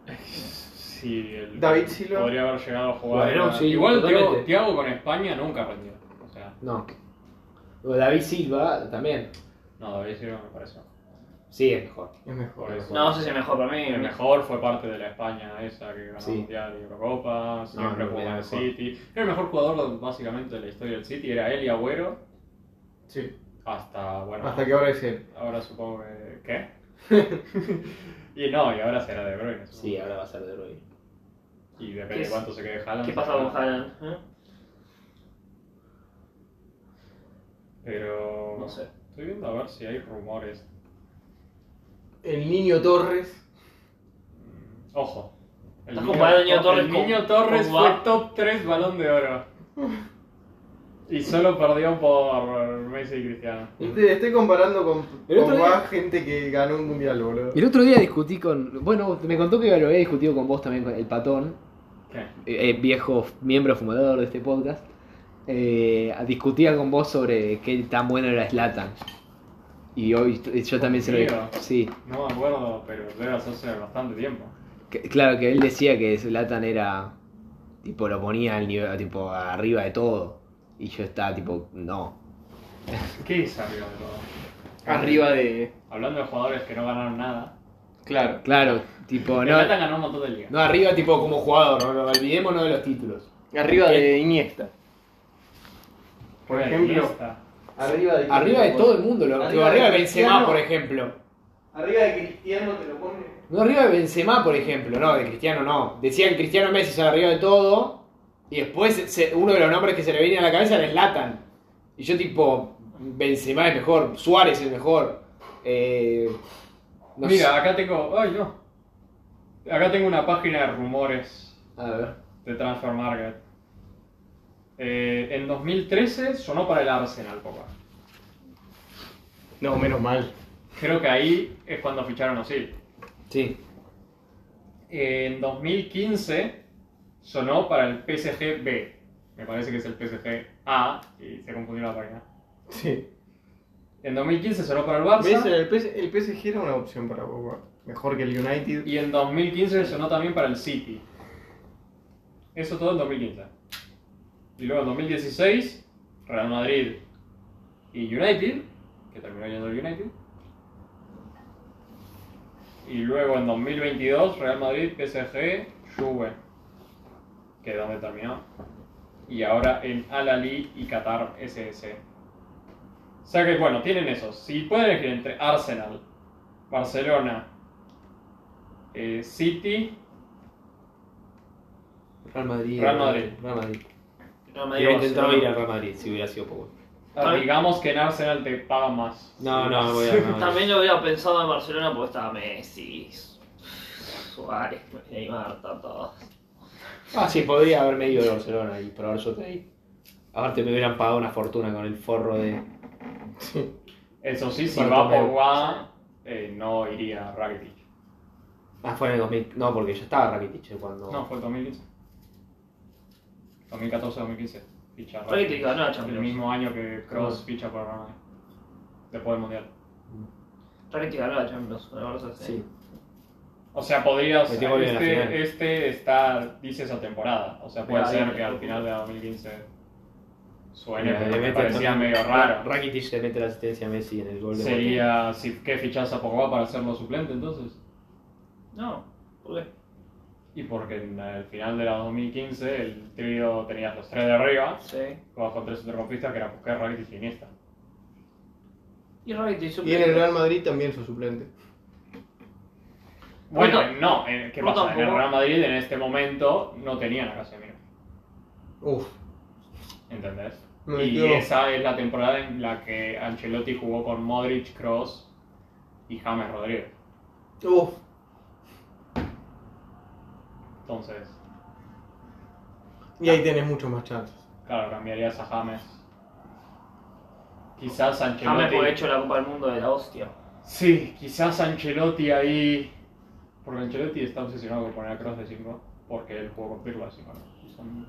Speaker 5: Sí, el,
Speaker 4: David Silva.
Speaker 5: podría haber llegado a jugar.
Speaker 2: Bueno,
Speaker 5: era-
Speaker 2: sí,
Speaker 5: Igual Thiago,
Speaker 2: totalmente.
Speaker 5: Thiago con España nunca rendió. O sea,
Speaker 2: No. David Silva también.
Speaker 5: no, David Silva me parece.
Speaker 2: Sí, es mejor.
Speaker 4: Es mejor.
Speaker 5: Por eso.
Speaker 3: No, no sé si es mejor para mí.
Speaker 5: El mejor fue parte de la España esa que ganó
Speaker 2: Sí.
Speaker 5: el Mundial y Eurocopa, siempre
Speaker 2: no,
Speaker 5: jugó
Speaker 2: era
Speaker 5: en el
Speaker 2: mejor.
Speaker 5: City. Era el mejor jugador básicamente de la historia del City, era él y Agüero,
Speaker 4: Sí.
Speaker 5: hasta, bueno,
Speaker 4: Hasta que ahora es él.
Speaker 5: ahora supongo que... ¿Qué? y no, y ahora será De Bruyne. supongo.
Speaker 2: Sí, ahora va a ser de Roy.
Speaker 5: Y depende
Speaker 3: ¿Qué
Speaker 5: de
Speaker 3: es-
Speaker 5: cuánto se quede Haaland.
Speaker 3: ¿Qué pasa con Haaland? ¿Eh?
Speaker 5: Pero...
Speaker 3: No sé.
Speaker 5: Estoy viendo a ver si hay rumores.
Speaker 4: El niño Torres.
Speaker 5: Ojo. El
Speaker 3: ¿Estás comparando al Niño Torres
Speaker 5: el
Speaker 3: con-
Speaker 5: Niño Torres
Speaker 3: con
Speaker 5: fue
Speaker 3: Gua-
Speaker 5: top 3 balón de oro. Y solo perdió por Messi y Cristiano.
Speaker 4: Te Este, estoy comparando con,
Speaker 2: El otro
Speaker 4: con
Speaker 2: día-
Speaker 4: más gente que ganó un mundial, boludo.
Speaker 2: El otro día discutí con. Bueno, me contó que lo había discutido con vos también, con el patón,
Speaker 5: ¿Qué?
Speaker 2: eh, eh, viejo miembro fumador de este podcast. eh, discutía con vos sobre qué tan bueno era Slatan. Y hoy t- yo también se lo digo.
Speaker 5: ¿Conmigo?
Speaker 2: Sí,
Speaker 5: No me acuerdo, pero debe hacerse bastante tiempo.
Speaker 2: que- claro que él decía que Slatan era. Tipo, lo ponía al nivel, tipo, arriba de todo. Y yo estaba tipo, no.
Speaker 5: ¿Qué es arriba de todo?
Speaker 4: Arriba de.
Speaker 5: Hablando de jugadores que no ganaron nada.
Speaker 4: Claro.
Speaker 2: Claro, tipo, no.
Speaker 5: Zlatan ganó un montón de ligas.
Speaker 2: No, arriba, tipo, como jugador, no, no, olvidémonos de los títulos. Eh,
Speaker 4: Arriba de Iniesta. Por
Speaker 5: Era
Speaker 4: ejemplo.
Speaker 5: Iniesta.
Speaker 4: Arriba de.
Speaker 2: Arriba de todo el mundo, lo, tipo, arriba de Benzema,
Speaker 4: Cristiano.
Speaker 2: por ejemplo.
Speaker 4: Arriba de Cristiano te lo pone.
Speaker 2: No, arriba de Benzema, por ejemplo, no, de Cristiano no. Decían Cristiano y Messi son arriba de todo. Y después se- uno de los nombres que se le viene a la cabeza es Latan. Y yo tipo, Benzema es mejor, Suárez es mejor. eh, no
Speaker 5: Mira,
Speaker 2: sé.
Speaker 5: acá tengo. ¡Ay, no! Acá tengo una página de rumores
Speaker 2: A ver.
Speaker 5: de Transfer Market. Eh, en 2013 sonó para el Arsenal, poco.
Speaker 4: No, menos mal.
Speaker 5: Creo que ahí es cuando ficharon a Sil.
Speaker 2: Sí.
Speaker 5: En 2015 sonó para el PSG B. Me parece que es el PSG A y se confundió la página.
Speaker 4: Sí.
Speaker 5: En 2015 sonó para el
Speaker 4: ¿Ves?
Speaker 5: Barça
Speaker 4: El, PS- el PSG era una opción para Boca. Mejor que el United.
Speaker 5: y en 2015 sonó también para el City. Eso todo en 2015. Y luego en 2016, Real Madrid y United, que terminó yendo al United. Y luego en 2022, Real Madrid, PSG, Juve, que es donde terminó. Y ahora en Al-Ali y Qatar SS. O sea que bueno, tienen esos. Si pueden elegir entre Arsenal, Barcelona, eh, City,
Speaker 2: Real Madrid.
Speaker 5: Real Madrid.
Speaker 2: Real Madrid.
Speaker 3: No me
Speaker 2: Hubiera
Speaker 3: digas.
Speaker 2: intentado ir a Real Madrid si hubiera sido poco.
Speaker 5: Ah, digamos que en Arsenal te paga más.
Speaker 2: No, no, voy a Real Madrid.
Speaker 3: También lo había pensado en Barcelona porque estaba Messi, Suárez, Neymar, está todo.
Speaker 2: Ah, sí, podría haberme ido de Barcelona y probar suerte ahí. Aparte me hubieran pagado una fortuna con el forro de...
Speaker 5: Eso sí, si va
Speaker 2: Bartomeu.
Speaker 5: por Guá, eh, no iría a Rakitic.
Speaker 2: Ah, fue en el 2000. No, porque yo estaba Rakitic cuando...
Speaker 5: No, fue el 2015. 2014-2015. Ficha a
Speaker 3: Rakitic ganó la
Speaker 5: El
Speaker 3: Champions. Ah.
Speaker 5: mismo año que Cross ficha por Real Madrid. Después del Mundial.
Speaker 3: Rari que ganó la Champions, una cosa así.
Speaker 2: Sí.
Speaker 5: O sea, podría. o sea,
Speaker 2: Metió gol en la final.
Speaker 5: este, este está, dice esa temporada. O sea, puede
Speaker 3: Mira,
Speaker 5: ser
Speaker 3: ahí,
Speaker 5: que al
Speaker 3: ahí.
Speaker 5: final de 2015 suene,
Speaker 2: Bueno,
Speaker 5: pero
Speaker 2: le
Speaker 5: me
Speaker 2: mete
Speaker 5: parecía
Speaker 2: también-
Speaker 5: medio raro.
Speaker 2: Rakitic le mete la asistencia a Messi en el gol de
Speaker 5: Sería, si, ¿qué fichas a Pogba para hacerlo suplente entonces?
Speaker 3: No, ¿por qué?
Speaker 5: Y porque en el final de la 2015 el trío tenía los tres de arriba,
Speaker 3: Sí.
Speaker 5: jugaba con tres centrocampistas que eran Busquets, Rakitic y Iniesta.
Speaker 3: Y Rari te
Speaker 4: Y en el Real Madrid también su suplente.
Speaker 5: Bueno,
Speaker 3: Bueno,
Speaker 5: no, eh, ¿qué
Speaker 3: no
Speaker 5: pasa? En el
Speaker 3: tampoco.
Speaker 5: Real Madrid en este momento no tenían a Casemiro,
Speaker 4: Uf.
Speaker 5: ¿entendés?
Speaker 4: Me
Speaker 5: y
Speaker 4: quedo-
Speaker 5: esa es la temporada en la que Ancelotti jugó con Modric, Cross y James Rodríguez.
Speaker 4: Uf.
Speaker 5: Entonces,
Speaker 4: Y ahí tenés mucho más chances.
Speaker 5: claro, cambiarías a James. Quizás Ancelotti...
Speaker 3: James fue hecho la Copa del Mundo de la hostia.
Speaker 5: Sí, quizás Ancelotti ahí. Porque Ancelotti está obsesionado con poner a Cross de 5, porque él jugó con Pirlo de 5, ¿no? Y Son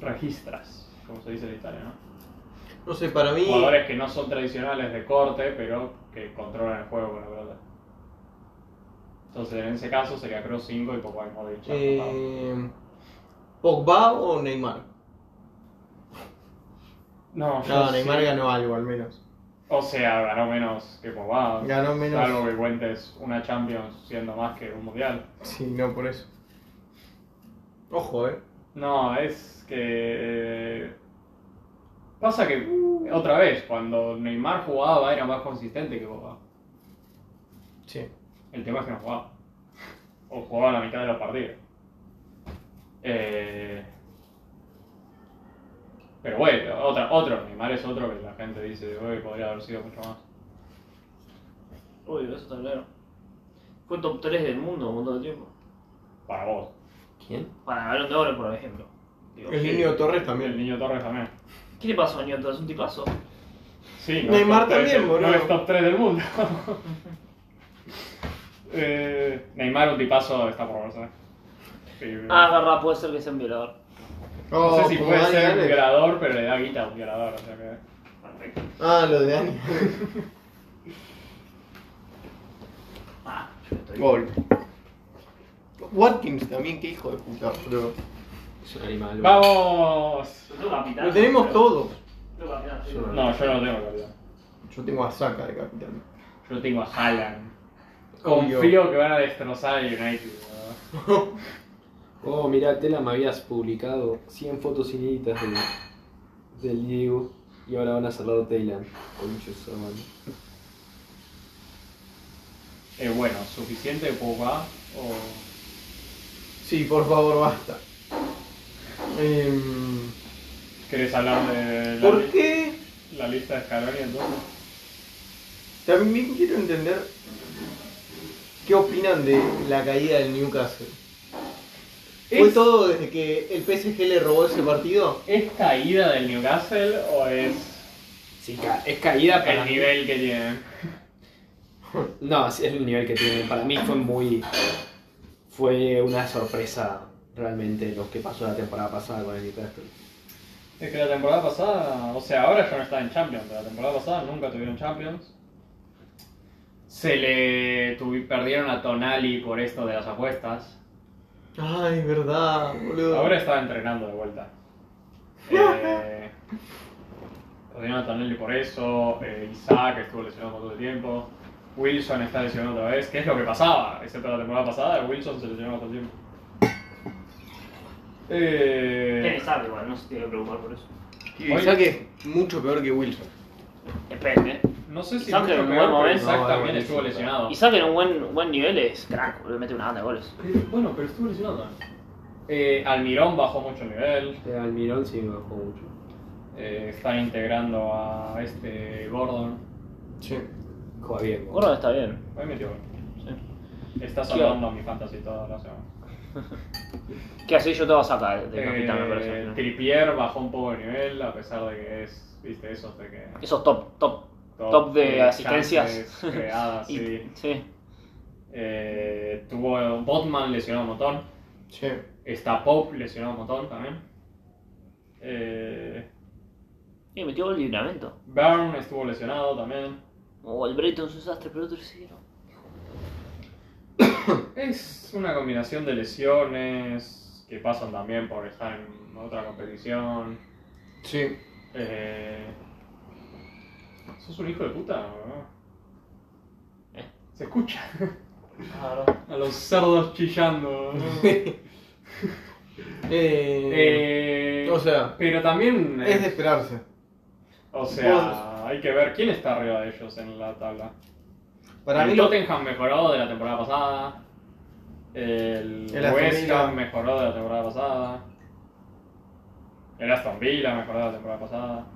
Speaker 5: registras, como se dice en italiano.
Speaker 4: No sé, para mí.
Speaker 5: Jugadores que no son tradicionales de corte, pero que controlan el juego con la pelota. Entonces, en ese caso sería Cross 5 y Pogba y Modric. apuntado.
Speaker 4: eh, Pogba o Neymar.
Speaker 5: No, yo
Speaker 4: No, Neymar
Speaker 5: sí.
Speaker 4: ganó algo al menos.
Speaker 5: O sea, ganó menos que Pogba.
Speaker 4: Ganó menos.
Speaker 5: Salvo que cuentes una Champions siendo más que un Mundial.
Speaker 4: Sí, no por eso. Ojo, eh.
Speaker 5: No, es que... Pasa que, otra vez, cuando Neymar jugaba era más consistente que Pogba.
Speaker 4: Sí.
Speaker 5: El tema es que no jugaba. O jugaba la mitad de los partidos. Eh, Pero bueno, otra, otro Neymar es otro que la gente dice "Uy, podría haber sido mucho más.
Speaker 3: Obvio, eso está claro. Fue top 3 del mundo un montón de tiempo.
Speaker 5: Para vos.
Speaker 4: ¿Quién?
Speaker 3: Para Balón de Oro, por ejemplo. Digo,
Speaker 4: El niño Torres
Speaker 5: El
Speaker 4: también.
Speaker 5: niño Torres también.
Speaker 3: ¿Qué le pasó a Newton? Es un tipazo.
Speaker 5: Sí,
Speaker 4: Neymar
Speaker 5: es top tres
Speaker 4: también,
Speaker 5: del-
Speaker 4: boludo.
Speaker 5: No es top 3 del mundo. eh, Neymar, un tipazo, está por verse. Sí, eh,
Speaker 3: Ah, agarra, puede ser que sea un violador.
Speaker 5: no
Speaker 4: Oh,
Speaker 5: sé si
Speaker 4: como
Speaker 5: puede
Speaker 4: Dani
Speaker 5: ser un
Speaker 4: Alves.
Speaker 5: violador, pero le da guita a un violador. O sea que...
Speaker 3: Perfecto.
Speaker 4: Ah, lo de Dani.
Speaker 3: Ah, yo estoy.
Speaker 4: Gol. Watkins también, qué hijo de puta, bro.
Speaker 2: Es un animal. boludo.
Speaker 5: ¡Vamos!
Speaker 3: Yo tengo capitán.
Speaker 4: Lo tenemos
Speaker 3: pero-
Speaker 4: todos.
Speaker 3: Tengo capitán, sí.
Speaker 2: Yo
Speaker 5: No, yo no tengo calidad.
Speaker 4: Yo tengo a Saka de capitán.
Speaker 5: Yo tengo a Haaland.
Speaker 4: Obvio.
Speaker 5: Confío que van a destrozar el United. ¿no?
Speaker 2: Oh, mirá, Tela, me habías publicado 100 fotos inéditas del, del Diego y ahora van a cerrar Thailand. Concho, su madre.
Speaker 5: Eh, bueno, ¿suficiente Pogba? O...
Speaker 4: Sí, por favor, basta. Em,
Speaker 5: ¿Querés hablar de la,
Speaker 4: ¿Por
Speaker 5: li-
Speaker 4: qué?
Speaker 5: la lista de Scaloni entonces?
Speaker 4: También quiero entender qué opinan de la caída del Newcastle. ¿Fue
Speaker 5: Es-
Speaker 4: todo desde que el PSG le robó ese partido?
Speaker 5: ¿Es caída del Newcastle o es
Speaker 2: Sí, ca- es caída para
Speaker 5: el
Speaker 2: mí.
Speaker 5: nivel que tienen?
Speaker 2: No, sí, es el nivel que tiene. Para mí fue muy. Fue una sorpresa realmente lo que pasó la temporada pasada con el Newcastle.
Speaker 5: Es que la temporada pasada, o sea, ahora ya no está en Champions, pero la temporada pasada nunca tuvieron Champions. Se le tuvi- perdieron a Tonali por esto de las apuestas.
Speaker 4: Ay, verdad, boludo.
Speaker 5: Ahora estaba entrenando de vuelta. Eh, Rodrigo Antonelli por eso, eh, Isaac estuvo lesionado por todo el tiempo, Wilson está lesionado otra vez, que es lo que pasaba, excepto la temporada pasada, Wilson se lesionó todo el tiempo.
Speaker 3: Tiene
Speaker 5: Eh,
Speaker 3: sabe igual, no se tiene que preocupar por eso.
Speaker 5: Hoy-
Speaker 4: Isaac es mucho peor que Wilson.
Speaker 3: Depende.
Speaker 5: no sé si
Speaker 3: Isaac
Speaker 5: mucho
Speaker 3: en un
Speaker 5: peor,
Speaker 3: buen
Speaker 5: pero
Speaker 3: momento.
Speaker 5: Isaac
Speaker 4: No,
Speaker 5: también
Speaker 4: bueno,
Speaker 5: estuvo
Speaker 4: sí,
Speaker 5: lesionado.
Speaker 3: Y saquen un buen, buen nivel es crack, boludo, mete una banda de goles.
Speaker 5: Eh, Bueno, pero estuvo lesionado. Eh, Almirón bajó mucho el nivel,
Speaker 2: Eh, Almirón sí me bajó mucho.
Speaker 5: eh, están integrando a este Gordon.
Speaker 4: Sí.
Speaker 2: Juega bien. boludo.
Speaker 3: Gordo está bien.
Speaker 5: Hoy metió gol.
Speaker 3: sí.
Speaker 5: Está salvando a mi fantasy toda la semana.
Speaker 3: ¿Qué haces? Yo te vas a sacar de capitán, me parece.
Speaker 5: Eh,
Speaker 3: ¿no?
Speaker 5: Tripier bajó un poco de nivel, a pesar de que es, viste, eso de que.
Speaker 3: Esos top, top, top, de
Speaker 5: eh,
Speaker 3: asistencias.
Speaker 5: chances creadas,
Speaker 3: Y-
Speaker 5: sí.
Speaker 3: sí.
Speaker 5: Eh, tuvo Botman lesionado un montón.
Speaker 4: Sí.
Speaker 5: Está Pope lesionado un montón también. Eh,
Speaker 3: Y metió gol de libramiento.
Speaker 5: Byrne estuvo lesionado también.
Speaker 3: O el Breton es un desastre, pero otro sí, ¿no?
Speaker 5: Es una combinación de lesiones que pasan también por estar en otra competición.
Speaker 4: Sí.
Speaker 5: Eh, ¿Sos un hijo de puta o no?
Speaker 3: ¿Eh?
Speaker 5: Se escucha.
Speaker 3: Claro.
Speaker 5: A los cerdos chillando. ¿no?
Speaker 4: Eh,
Speaker 5: Eh,
Speaker 4: o sea,
Speaker 5: Pero también. eh,
Speaker 4: es de esperarse.
Speaker 5: o sea, hay que ver quién está arriba de ellos en la tabla.
Speaker 4: Para
Speaker 5: el
Speaker 4: mí lo
Speaker 5: Tottenham mejoró de la temporada pasada. El,
Speaker 4: El Aston
Speaker 5: West Ham
Speaker 4: Villa.
Speaker 5: mejoró de la temporada pasada. El Aston Villa mejoró de la temporada pasada.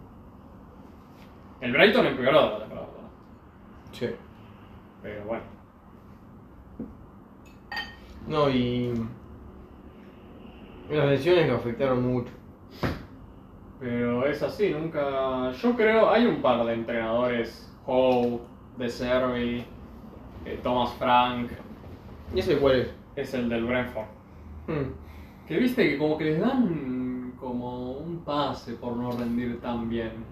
Speaker 5: El Brighton empeoró de la temporada pasada.
Speaker 4: Sí.
Speaker 5: Pero bueno.
Speaker 4: No, y. Las lesiones lo afectaron mucho.
Speaker 5: Pero es así, nunca. Yo creo, hay un par de entrenadores, Howe, De Servi, eh, Thomas Frank,
Speaker 4: ¿Y ese cuál es?
Speaker 5: es el del Brentford.
Speaker 4: Hmm.
Speaker 5: Que viste que como que les dan como un pase por no rendir tan bien.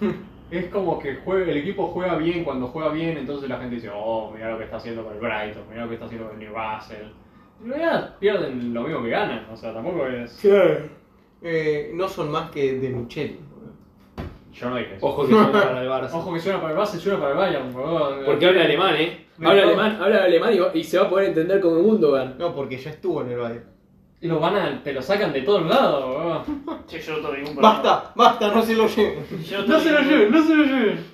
Speaker 5: es como que juega, el equipo juega bien, cuando juega bien, entonces la gente dice, oh, mira lo que está haciendo con el Brighton, mira lo que está haciendo con el Newcastle. Y en realidad pierden lo mismo que ganan, o sea, tampoco es.
Speaker 4: Eh, no son más que de Michel.
Speaker 5: Yo no dije eso.
Speaker 2: Ojo que suena para el Barça.
Speaker 5: Ojo que suena para el Barça y suena para el Bayern, boludo.
Speaker 2: Porque habla alemán, ¿eh?
Speaker 5: Me
Speaker 2: Habla
Speaker 5: cago.
Speaker 2: alemán, habla alemán y va- y, se va a poder entender como Gundogan.
Speaker 4: No, porque ya estuvo en el Bayern.
Speaker 5: Lo van a, te lo sacan de todos lados, boludo.
Speaker 3: Che, yo no tengo ningún problema.
Speaker 4: Basta, basta, no se lo lleven.
Speaker 3: Yo
Speaker 5: No
Speaker 3: tengo
Speaker 5: se lo
Speaker 3: ningún-
Speaker 5: lleven, no se lo lleven.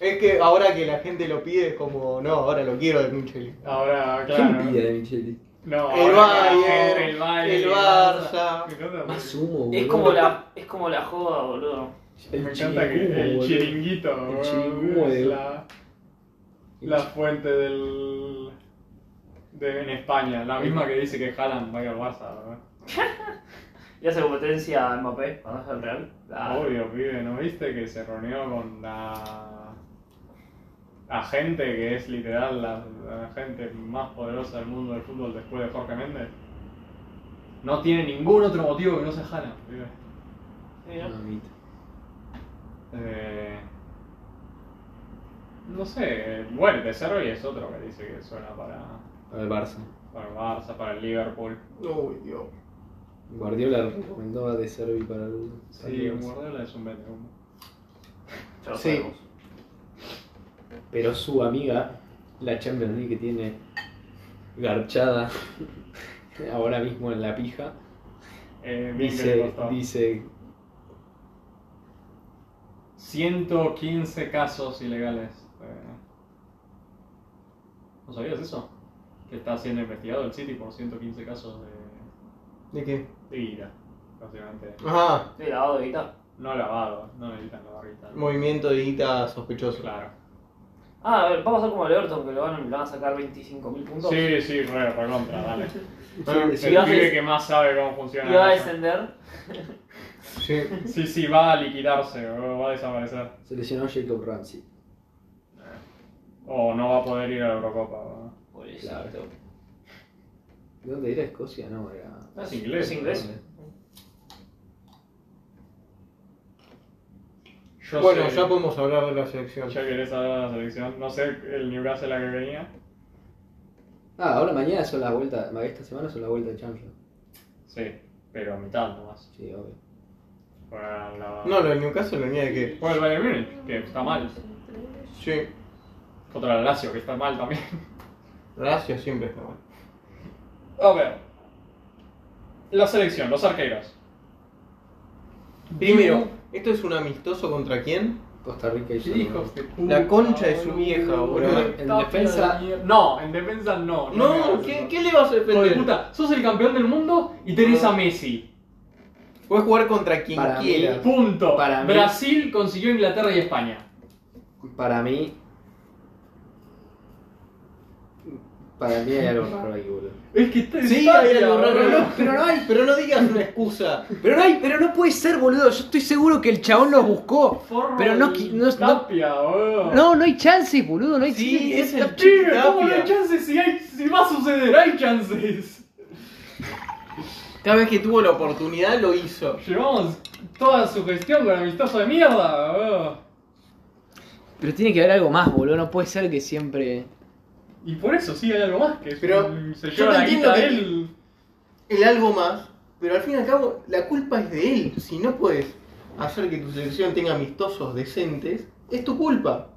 Speaker 4: Es que ahora que la gente lo pide es como, no, ahora lo quiero de Micheli.
Speaker 5: Ahora,
Speaker 2: ¿Quién
Speaker 5: claro.
Speaker 2: pide de Micheli?
Speaker 5: No,
Speaker 4: El
Speaker 5: ahora que la
Speaker 4: Bayern,
Speaker 5: gente, el Bayern,
Speaker 4: el Barça.
Speaker 5: Me encanta,
Speaker 2: Más humo,
Speaker 3: Es
Speaker 2: boludo.
Speaker 3: como la, es como la joda, boludo.
Speaker 5: me encanta que
Speaker 2: chiringumo,
Speaker 5: el
Speaker 2: boludo.
Speaker 5: chiringuito,
Speaker 2: El
Speaker 5: boludo,
Speaker 2: chiringumo
Speaker 5: es
Speaker 2: de-
Speaker 5: la, la fuente del de en España, la misma que dice que Haaland va a ir al Barça, boludo.
Speaker 3: Le hace competencia a Mbappé cuando es el Real. Ah,
Speaker 5: Obvio, pibe, ¿no viste que se reunió con la, la gente que es literal la, la gente más poderosa del mundo del fútbol después de Jorge Méndez? No tiene ningún otro motivo que no se jala, pibe.
Speaker 3: mira.
Speaker 2: Mamita.
Speaker 5: Eh, no sé, bueno, De Servi es otro que dice que suena para,
Speaker 2: Para el Barça.
Speaker 5: para el Barça, para el Liverpool.
Speaker 4: Uy, Dios.
Speaker 2: Guardiola recomendó a De Servi para el para
Speaker 5: Sí,
Speaker 2: el Barça.
Speaker 5: Guardiola es un vendehumo.
Speaker 3: Ya lo
Speaker 4: Sí.
Speaker 3: sabemos.
Speaker 2: Pero su amiga, la Champions League que tiene garchada ahora mismo en la pija,
Speaker 5: Eh, bien que le
Speaker 2: dice,
Speaker 5: costó.
Speaker 2: dice
Speaker 5: 115 casos ilegales. eh. ¿No sabías eso? Que está siendo investigado el City por 115 casos de,
Speaker 4: ¿De qué? Ah,
Speaker 5: de guita, básicamente.
Speaker 4: Ajá,
Speaker 3: De lavado de guitarra.
Speaker 5: No lavado, no necesitan lavar guita.
Speaker 4: movimiento de guita sospechoso.
Speaker 5: Claro.
Speaker 3: Ah, a ver, vamos a hacer como el Everton, que le van, a- le van a sacar 25.000 puntos.
Speaker 5: Sí, sí, re, recontra, dale.
Speaker 4: Ah,
Speaker 5: El
Speaker 3: Si
Speaker 5: pibe
Speaker 3: vas a-
Speaker 5: que más sabe cómo
Speaker 3: Y
Speaker 5: funciona.
Speaker 3: va a
Speaker 5: eso.
Speaker 3: descender.
Speaker 4: sí.
Speaker 5: Sí, sí, va a liquidarse, o va a desaparecer.
Speaker 2: se lesionó Jacob Ramsey.
Speaker 5: O no va a poder ir a la Eurocopa. ¿no?
Speaker 3: Por
Speaker 2: Claro. ¿De dónde era Escocia? No, era.
Speaker 5: Es inglés,
Speaker 3: Es inglés.
Speaker 5: Yo
Speaker 4: bueno,
Speaker 5: sé-
Speaker 4: ya podemos hablar de la selección.
Speaker 5: Ya querés hablar de la selección. No sé, el Newcastle la que venía.
Speaker 2: Ah, ahora mañana son las vueltas, ma- esta semana son las vueltas de Champions.
Speaker 5: Sí, pero a mitad nomás.
Speaker 2: Sí, obvio.
Speaker 5: Para la...
Speaker 4: No, lo del Newcastle venía de qué.
Speaker 5: Por el Bayern Múnich, que está mal.
Speaker 4: Sí.
Speaker 5: Contra el Lazio, que está mal también.
Speaker 4: Lazio siempre está mal.
Speaker 5: A ver. La selección, los arqueros.
Speaker 4: Primero, ¿esto es un amistoso contra quién?
Speaker 2: Costa Rica y Salvador.
Speaker 5: Hijos de puta.
Speaker 4: La concha de su vieja, boludo.
Speaker 2: En defensa-
Speaker 5: No, en defensa no.
Speaker 4: No,
Speaker 5: me
Speaker 4: ¿qué,
Speaker 5: hagas
Speaker 4: qué
Speaker 5: eso.
Speaker 4: le vas a
Speaker 5: Hijo de
Speaker 4: defender?
Speaker 5: puta, sos el campeón del mundo y tenés a Messi.
Speaker 4: Puedes jugar contra quien
Speaker 2: Para mí,
Speaker 4: quiera.
Speaker 5: Punto.
Speaker 2: Para mí-
Speaker 5: Brasil consiguió Inglaterra y España.
Speaker 2: Para mí. Para mí hay algo raro ahí, boludo.
Speaker 5: Es que está
Speaker 4: Sí, hay algo raro, no, pero no hay, pero no digas una excusa.
Speaker 2: Pero no, hay, pero no puede ser, boludo. Yo estoy seguro que el chabón los buscó.
Speaker 5: Forro
Speaker 2: Pero no,
Speaker 5: y
Speaker 2: qui- no, no,
Speaker 5: Tapia, boludo.
Speaker 2: no, no hay chances, boludo. No hay
Speaker 4: Sí, es el
Speaker 5: Pibe,
Speaker 4: Tapia.
Speaker 5: ¿cómo no hay chances? Si, hay, si va a suceder, hay chances.
Speaker 4: Cada vez que tuvo la oportunidad lo hizo.
Speaker 5: Llevamos toda su gestión con amistoso de mierda, boludo.
Speaker 2: Pero tiene que haber algo más, boludo. No puede ser que siempre.
Speaker 5: Y por eso sí hay algo más que es
Speaker 4: Pero
Speaker 5: un- se
Speaker 4: yo
Speaker 5: lleva
Speaker 4: te
Speaker 5: la
Speaker 4: entiendo
Speaker 5: guita
Speaker 4: que-
Speaker 5: él.
Speaker 4: El algo más, pero al fin y al cabo la culpa es de él. Si no puedes hacer que tu selección tenga amistosos decentes, es tu culpa.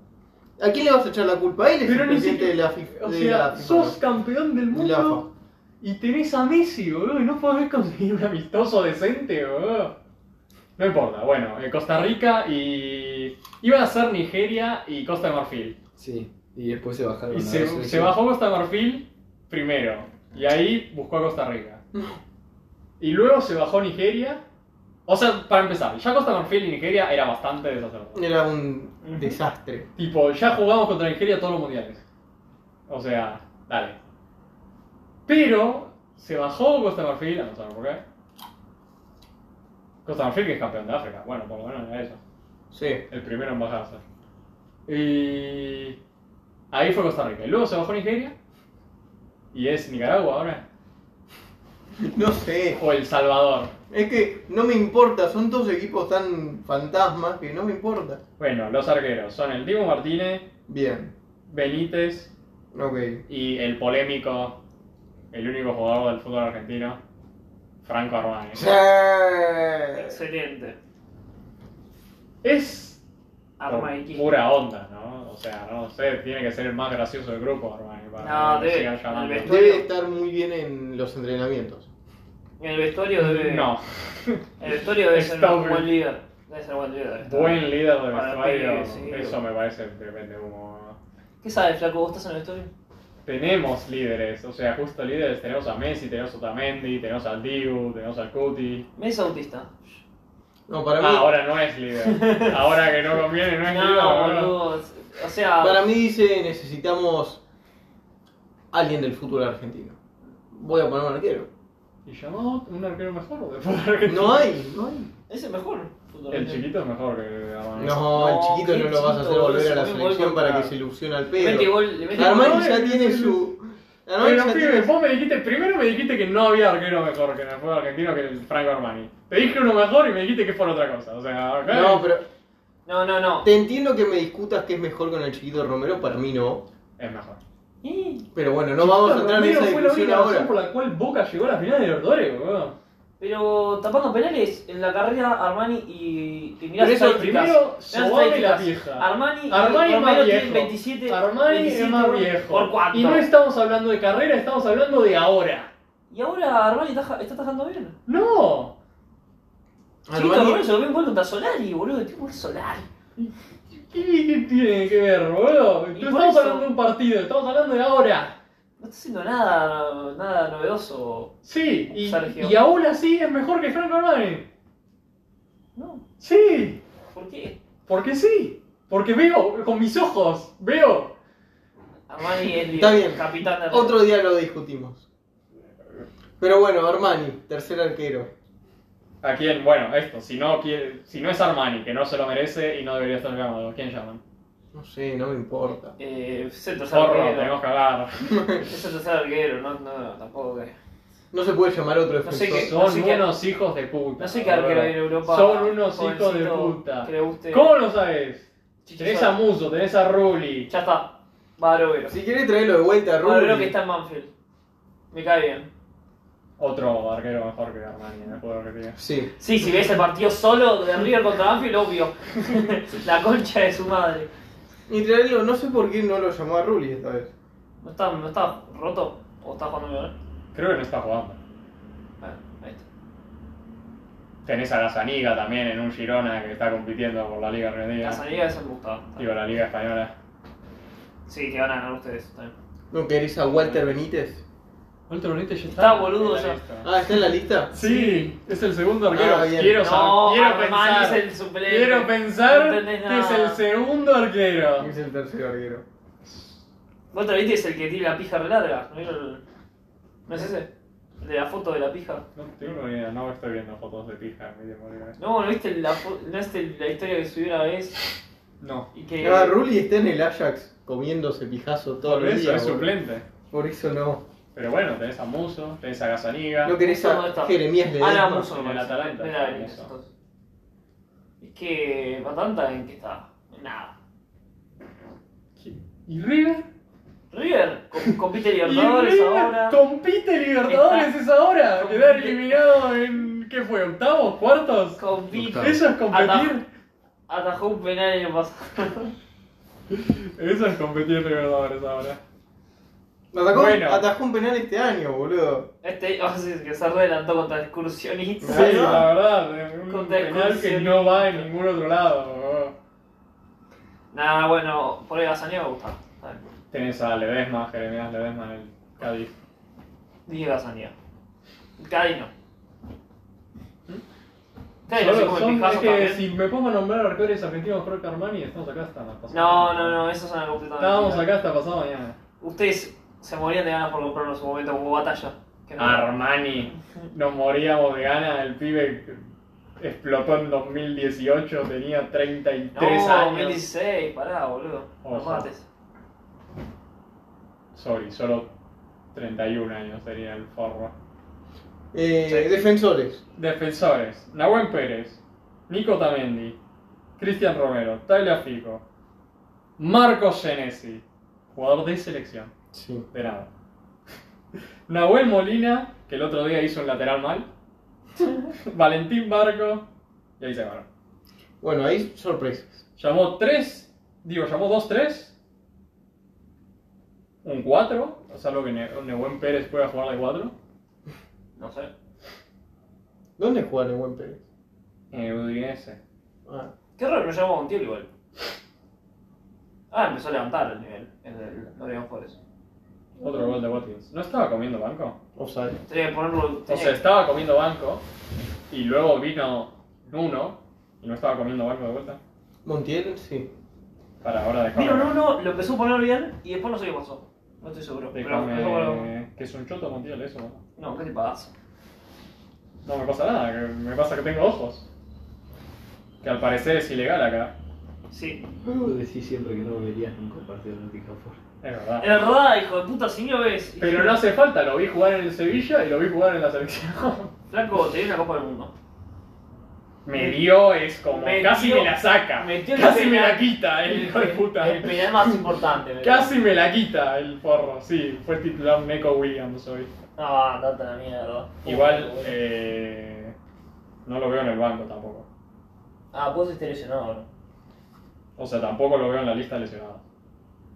Speaker 4: ¿A quién le vas a echar la culpa? Él es
Speaker 5: Pero
Speaker 4: el
Speaker 5: ni
Speaker 4: presidente de
Speaker 5: siquiera-
Speaker 4: la FIFA.
Speaker 5: O
Speaker 4: de
Speaker 5: sea,
Speaker 4: la FIFA.
Speaker 5: sos campeón del
Speaker 4: De la
Speaker 5: mundo y tenés a Messi, boludo, y no podés conseguir un amistoso decente, boludo. No importa, bueno, eh, Costa Rica y. Iba a ser Nigeria y Costa de Marfil.
Speaker 2: Sí, y después se bajaron.
Speaker 5: Y
Speaker 2: a
Speaker 5: se,
Speaker 2: la selección.
Speaker 5: se bajó Costa de Marfil primero. Y ahí buscó a Costa Rica. Y luego se bajó Nigeria. O sea, para empezar, ya Costa de Marfil y Nigeria era bastante desastroso.
Speaker 4: Era un desastre.
Speaker 5: Tipo, ya jugamos contra Nigeria todos los mundiales. O sea, dale. Pero se bajó Costa de Marfil, no sabemos por qué. Costa de Marfil que es campeón de África. Bueno, por lo menos era eso.
Speaker 4: Sí.
Speaker 5: El primero en bajarse. Y ahí fue Costa Rica. Y luego se bajó Nigeria. Y es Nicaragua ahora.
Speaker 4: No sé.
Speaker 5: O El Salvador.
Speaker 4: Es que no me importa. Son dos equipos tan fantasmas que no me importa.
Speaker 5: Bueno, los arqueros son el Diego Martínez,
Speaker 4: Bien.
Speaker 5: Benítez
Speaker 4: Ok.
Speaker 5: y el polémico, el único jugador del fútbol argentino, Franco Armani.
Speaker 4: Sí.
Speaker 3: Excelente.
Speaker 5: Es
Speaker 3: Armani.
Speaker 5: pura onda, ¿no? O sea, no sé, tiene que ser el más gracioso del grupo, Armani, para
Speaker 3: No,
Speaker 5: que
Speaker 3: debe-
Speaker 5: siga
Speaker 3: al
Speaker 5: llamando.
Speaker 3: vestuario.
Speaker 4: Debe estar muy bien en los entrenamientos.
Speaker 3: En el vestuario debe.
Speaker 5: No,
Speaker 3: El vestuario debe ser
Speaker 5: Está
Speaker 3: un buen
Speaker 5: bien.
Speaker 3: líder. Debe ser buen líder. está.
Speaker 5: buen líder del
Speaker 3: Para
Speaker 5: vestuario,
Speaker 3: mí, sí.
Speaker 5: eso me parece que vende humo. ¿no?
Speaker 3: ¿Qué sabes, Flaco? ¿Vos estás en el vestuario?
Speaker 5: tenemos líderes, o sea, justo líderes, tenemos a Messi, tenemos a Otamendi, tenemos al Dibu, tenemos al Cuti.
Speaker 3: Me es autista.
Speaker 4: No, para mí,
Speaker 5: Ah, ahora no es líder. Ahora que no conviene, no es líder.
Speaker 3: No,
Speaker 5: boludo.
Speaker 3: boludo. O sea.
Speaker 4: para mí dice necesitamos alguien del fútbol argentino. Voy a poner un arquero.
Speaker 5: Y llamó un arquero mejor o de fútbol
Speaker 4: No hay, no hay.
Speaker 3: Es el mejor futbolista.
Speaker 5: El chiquito es mejor que Armani.
Speaker 4: No,
Speaker 3: No,
Speaker 4: el chiquito
Speaker 3: qué
Speaker 4: no lo vas a hacer
Speaker 3: chiquito,
Speaker 4: volver a la
Speaker 3: se pone gol
Speaker 4: selección para
Speaker 3: contra-
Speaker 4: que se ilusione al
Speaker 3: Le mete
Speaker 4: pedo.
Speaker 3: gol. Le mete
Speaker 4: Armani
Speaker 3: gol.
Speaker 4: ya tiene su. Armani
Speaker 5: Pero
Speaker 4: ya
Speaker 5: pibe,
Speaker 4: tiene-
Speaker 5: vos me dijiste, primero me dijiste que no había arquero mejor que en el fútbol argentino que el Franco Armani. Te dije uno mejor y me dijiste que es por otra cosa. O sea, acá
Speaker 4: No, pero
Speaker 3: No, no, no.
Speaker 4: te entiendo que me discutas que es mejor con el chiquito Romero, para mí no.
Speaker 5: es mejor.
Speaker 3: Eh,
Speaker 4: Pero bueno, no vamos a entrar en
Speaker 5: Romero
Speaker 4: esa
Speaker 5: fue la
Speaker 4: discusión
Speaker 5: única razón
Speaker 4: ahora.
Speaker 5: por la cual Boca llegó a la final de Libertadores, boludo.
Speaker 3: Pero tapando penales en la carrera Armani y. y mirá
Speaker 5: Pero eso,
Speaker 3: estadísticas.
Speaker 5: primero,
Speaker 3: Mirá
Speaker 5: sobame
Speaker 3: estadísticas.
Speaker 5: la vieja.
Speaker 3: Armani, y
Speaker 5: Armani es
Speaker 3: Romero
Speaker 5: más
Speaker 3: tienen
Speaker 5: viejo.
Speaker 3: 27,
Speaker 5: Armani
Speaker 3: 27
Speaker 5: es más viejo.
Speaker 3: ¿Por cuánto?
Speaker 5: Y no estamos hablando de carrera, estamos hablando de ahora.
Speaker 3: Y ahora Armani taja- está tajando bien.
Speaker 5: No.
Speaker 3: Chiquito Romero
Speaker 4: Armani,
Speaker 3: se lo ve en gol contra Solari, boludo. El tipo es Solari.
Speaker 5: ¿Qué, qué tiene que ver, boludo?
Speaker 3: Y
Speaker 5: No
Speaker 3: por
Speaker 5: estamos
Speaker 3: eso-
Speaker 5: hablando de un partido, estamos hablando de ahora.
Speaker 3: No está haciendo nada, nada novedoso.
Speaker 5: Sí, y,
Speaker 3: Sergio.
Speaker 5: y aún así es mejor que Franco Armani.
Speaker 3: No.
Speaker 5: Sí,
Speaker 3: ¿Por qué?
Speaker 5: porque sí. Porque veo, con mis ojos, veo.
Speaker 3: Armani es
Speaker 4: Está
Speaker 3: líder,
Speaker 4: bien.
Speaker 3: capitán de
Speaker 4: otro día lo discutimos. Pero bueno, Armani, tercer arquero.
Speaker 5: ¿A quién? Bueno, esto, si no, quiere- si no es Armani, que no se lo merece y no debería estar llamado, ¿quién llaman?
Speaker 4: No sé, no me importa.
Speaker 3: Eh, es el tercer
Speaker 5: Zorro, tenemos
Speaker 3: arquero.
Speaker 5: que hablar.
Speaker 3: Es el tercer arquero, no, no, tampoco que.
Speaker 4: No se puede llamar otro
Speaker 3: No sé
Speaker 4: defensor.
Speaker 3: qué-
Speaker 5: Son
Speaker 3: No sé qué-
Speaker 5: unos hijos de puta.
Speaker 3: No sé qué arquero hay en Europa.
Speaker 5: Son unos hijos de
Speaker 3: jovencito,
Speaker 5: puta.
Speaker 3: que le guste-
Speaker 5: ¿Cómo lo sabes?
Speaker 3: Chichizón.
Speaker 5: Tenés a Muso, tenés a Rulli.
Speaker 3: Ya está. Barovero.
Speaker 4: Si querés traerlo de vuelta a
Speaker 3: Barovero que
Speaker 4: Rubio.
Speaker 3: está en Manfield. Me cae bien.
Speaker 5: Otro arquero mejor que Armani ¿eh? en el juego argentino.
Speaker 4: Sí.
Speaker 3: Sí, si ves el partido solo de River contra Manfield, obvio. La concha de su madre.
Speaker 4: Y traerlo, no sé por qué no lo llamó a Rulli esta vez.
Speaker 3: ¿No está, no está roto? ¿O está jugando bien?
Speaker 5: Creo que no está jugando.
Speaker 3: Bueno, ahí está.
Speaker 5: Tenés a Gazaniga también en un Girona que está compitiendo por la Liga Argentina.
Speaker 3: Casaniga, eso me gustaba.
Speaker 5: Digo, la Liga Española.
Speaker 3: Sí, que van a ganar ustedes también.
Speaker 4: ¿No querés a Walter Benítez?
Speaker 5: Walter Benítez ya
Speaker 3: está Está, boludo, en la ya.
Speaker 4: Ah, ¿está en la lista?
Speaker 5: Sí, es el segundo arquero.
Speaker 4: Ah, bien.
Speaker 5: quiero saber-
Speaker 3: No,
Speaker 5: quiero
Speaker 3: Armani
Speaker 5: pensar,
Speaker 3: es el suplente.
Speaker 5: quiero pensar
Speaker 3: No entendés
Speaker 5: que es
Speaker 3: nada.
Speaker 5: el segundo arquero.
Speaker 4: Es el tercer arquero.
Speaker 3: Walter Vitti es el que tiene la pija re larga. ¿No, vieron el- ¿No es ese? El de la foto de la pija.
Speaker 5: No tengo ni idea, no estoy viendo fotos de pija en mi tiempo libre.
Speaker 3: No, ¿no viste la, fo- no viste la historia que subió una vez?
Speaker 5: No.
Speaker 3: Y que...
Speaker 4: Ah, Rulli está en el Ajax comiéndose pijazo todo
Speaker 5: Por
Speaker 4: el
Speaker 5: eso
Speaker 4: día.
Speaker 5: es
Speaker 4: boludo.
Speaker 5: suplente.
Speaker 4: Por eso no.
Speaker 5: Pero bueno, tenés a Muso, tenés a Gazaniga.
Speaker 4: No querés
Speaker 3: ¿Dónde
Speaker 4: a
Speaker 3: está?
Speaker 4: Jeremías
Speaker 3: Ah,
Speaker 4: Ledesma.
Speaker 3: no, Muso me
Speaker 5: En el
Speaker 3: parece.
Speaker 5: Atalanta,
Speaker 3: Era
Speaker 5: está
Speaker 3: Benítez,
Speaker 5: Muso.
Speaker 3: entonces. Es que... Atalanta en qué está? En Nada.
Speaker 5: ¿Y River?
Speaker 3: River com- compite
Speaker 5: ¿Y
Speaker 3: Libertadores
Speaker 5: River
Speaker 3: ahora.
Speaker 5: compite Libertadores es ahora?
Speaker 3: Compite.
Speaker 5: Quedar eliminado en. ¿Qué fue? ¿Octavos? ¿Cuartos?
Speaker 3: Compite.
Speaker 5: Eso es
Speaker 3: Atajó,
Speaker 5: competir.
Speaker 3: atajó un penal el año pasado.
Speaker 5: Eso es competir Libertadores ahora.
Speaker 4: Atajó,
Speaker 5: Bueno.
Speaker 4: atajó un penal este año, boludo.
Speaker 3: Este, o sea, que se redelantó contra excursionistas.
Speaker 5: Sí, la verdad, es un
Speaker 3: Con
Speaker 5: penal que
Speaker 3: discusión.
Speaker 5: no va en ningún otro lado.
Speaker 3: Nah, bueno, por ahí Gazzaniga me gusta. Está bien.
Speaker 5: Tenés a Ledesma, Jeremías Ledesma en el Cádiz.
Speaker 3: Dije Gazzaniga. Cádiz no. Cádiz no se
Speaker 5: Solo
Speaker 3: come
Speaker 5: son-
Speaker 3: pijazos
Speaker 5: es que
Speaker 3: también.
Speaker 5: si me pongo a nombrar arqueros argentinos, creo que Armani estamos acá hasta pasado
Speaker 3: No,
Speaker 5: mañana.
Speaker 3: no, no, eso suena completamente.
Speaker 5: Estábamos
Speaker 3: mentira.
Speaker 5: acá hasta pasado mañana.
Speaker 3: Ustedes se morían de ganas por comprarlo en su momento como batalla. Que no.
Speaker 5: Ah, Armani, nos moríamos de ganas, el pibe explotó en 2018, tenía 33
Speaker 3: no,
Speaker 5: años. Oh,
Speaker 3: 2016, pará, boludo. No
Speaker 5: Ojo.
Speaker 3: mates.
Speaker 5: Sorry, solo 31 años tenía el forro.
Speaker 4: Eh,
Speaker 3: Sí.
Speaker 4: Defensores.
Speaker 5: Defensores, Nahuel Pérez, Nico Tamendi, Cristian Romero, Tagliafico, Marcos Genesi, jugador de selección,
Speaker 4: Sí.
Speaker 5: de nada. Nahuel Molina, que el otro día hizo un lateral mal, Valentín Barco, y ahí se van.
Speaker 4: Bueno, ahí sorpresas.
Speaker 5: Llamó 3, digo, llamó 2-3, un 4, o sea, lo que Ne- Nehuen Pérez pueda jugar de 4. No sé.
Speaker 4: ¿Dónde juega el buen Pérez?
Speaker 5: Eh, Udinese.
Speaker 4: Ah,
Speaker 3: Qué raro que no llamó a Montiel igual. Ah, empezó a levantar el nivel. en el- No digamos por eso.
Speaker 5: Otro gol de Watkins. ¿No estaba comiendo banco?
Speaker 4: offside.
Speaker 3: Tenía que ponerlo.
Speaker 5: O
Speaker 3: tenía
Speaker 5: sea,
Speaker 3: que-
Speaker 5: estaba comiendo banco y luego vino Nuno y no estaba comiendo banco de vuelta.
Speaker 4: Montiel, sí.
Speaker 5: Para ahora dejar.
Speaker 3: Vino no, no, lo empezó a poner bien y después no sé qué pasó. No estoy seguro. Pero empezó a poner-
Speaker 5: Que es un choto mundial eso. ¿no?
Speaker 3: No, qué tipadazo.
Speaker 5: No me pasa nada, que me pasa que tengo ojos. Que al parecer es ilegal acá.
Speaker 3: Sí.
Speaker 2: Luego decís siempre que no volverías nunca a un partido de Nottingham Forest.
Speaker 5: Es verdad.
Speaker 3: Es verdad, hijo de puta, si ni lo ves.
Speaker 5: Pero no hace falta, lo vi jugar en el Sevilla y lo vi jugar en la selección.
Speaker 3: Flaco, te dio una Copa del Mundo.
Speaker 5: Me dio, es como.
Speaker 3: Me
Speaker 5: casi
Speaker 3: dio-
Speaker 5: me la saca.
Speaker 3: metió el
Speaker 5: Casi me
Speaker 3: penal.
Speaker 5: la quita, el hijo de puta.
Speaker 3: El penal más importante. me
Speaker 5: Casi me la quita el forro, sí. Fue titular Neko Williams hoy.
Speaker 3: No, andate a la mierda.
Speaker 5: Igual, eh, no lo veo en el banco tampoco.
Speaker 3: Ah, vos estés lesionado, ¿no?
Speaker 5: O sea, tampoco lo veo en la lista de lesionados.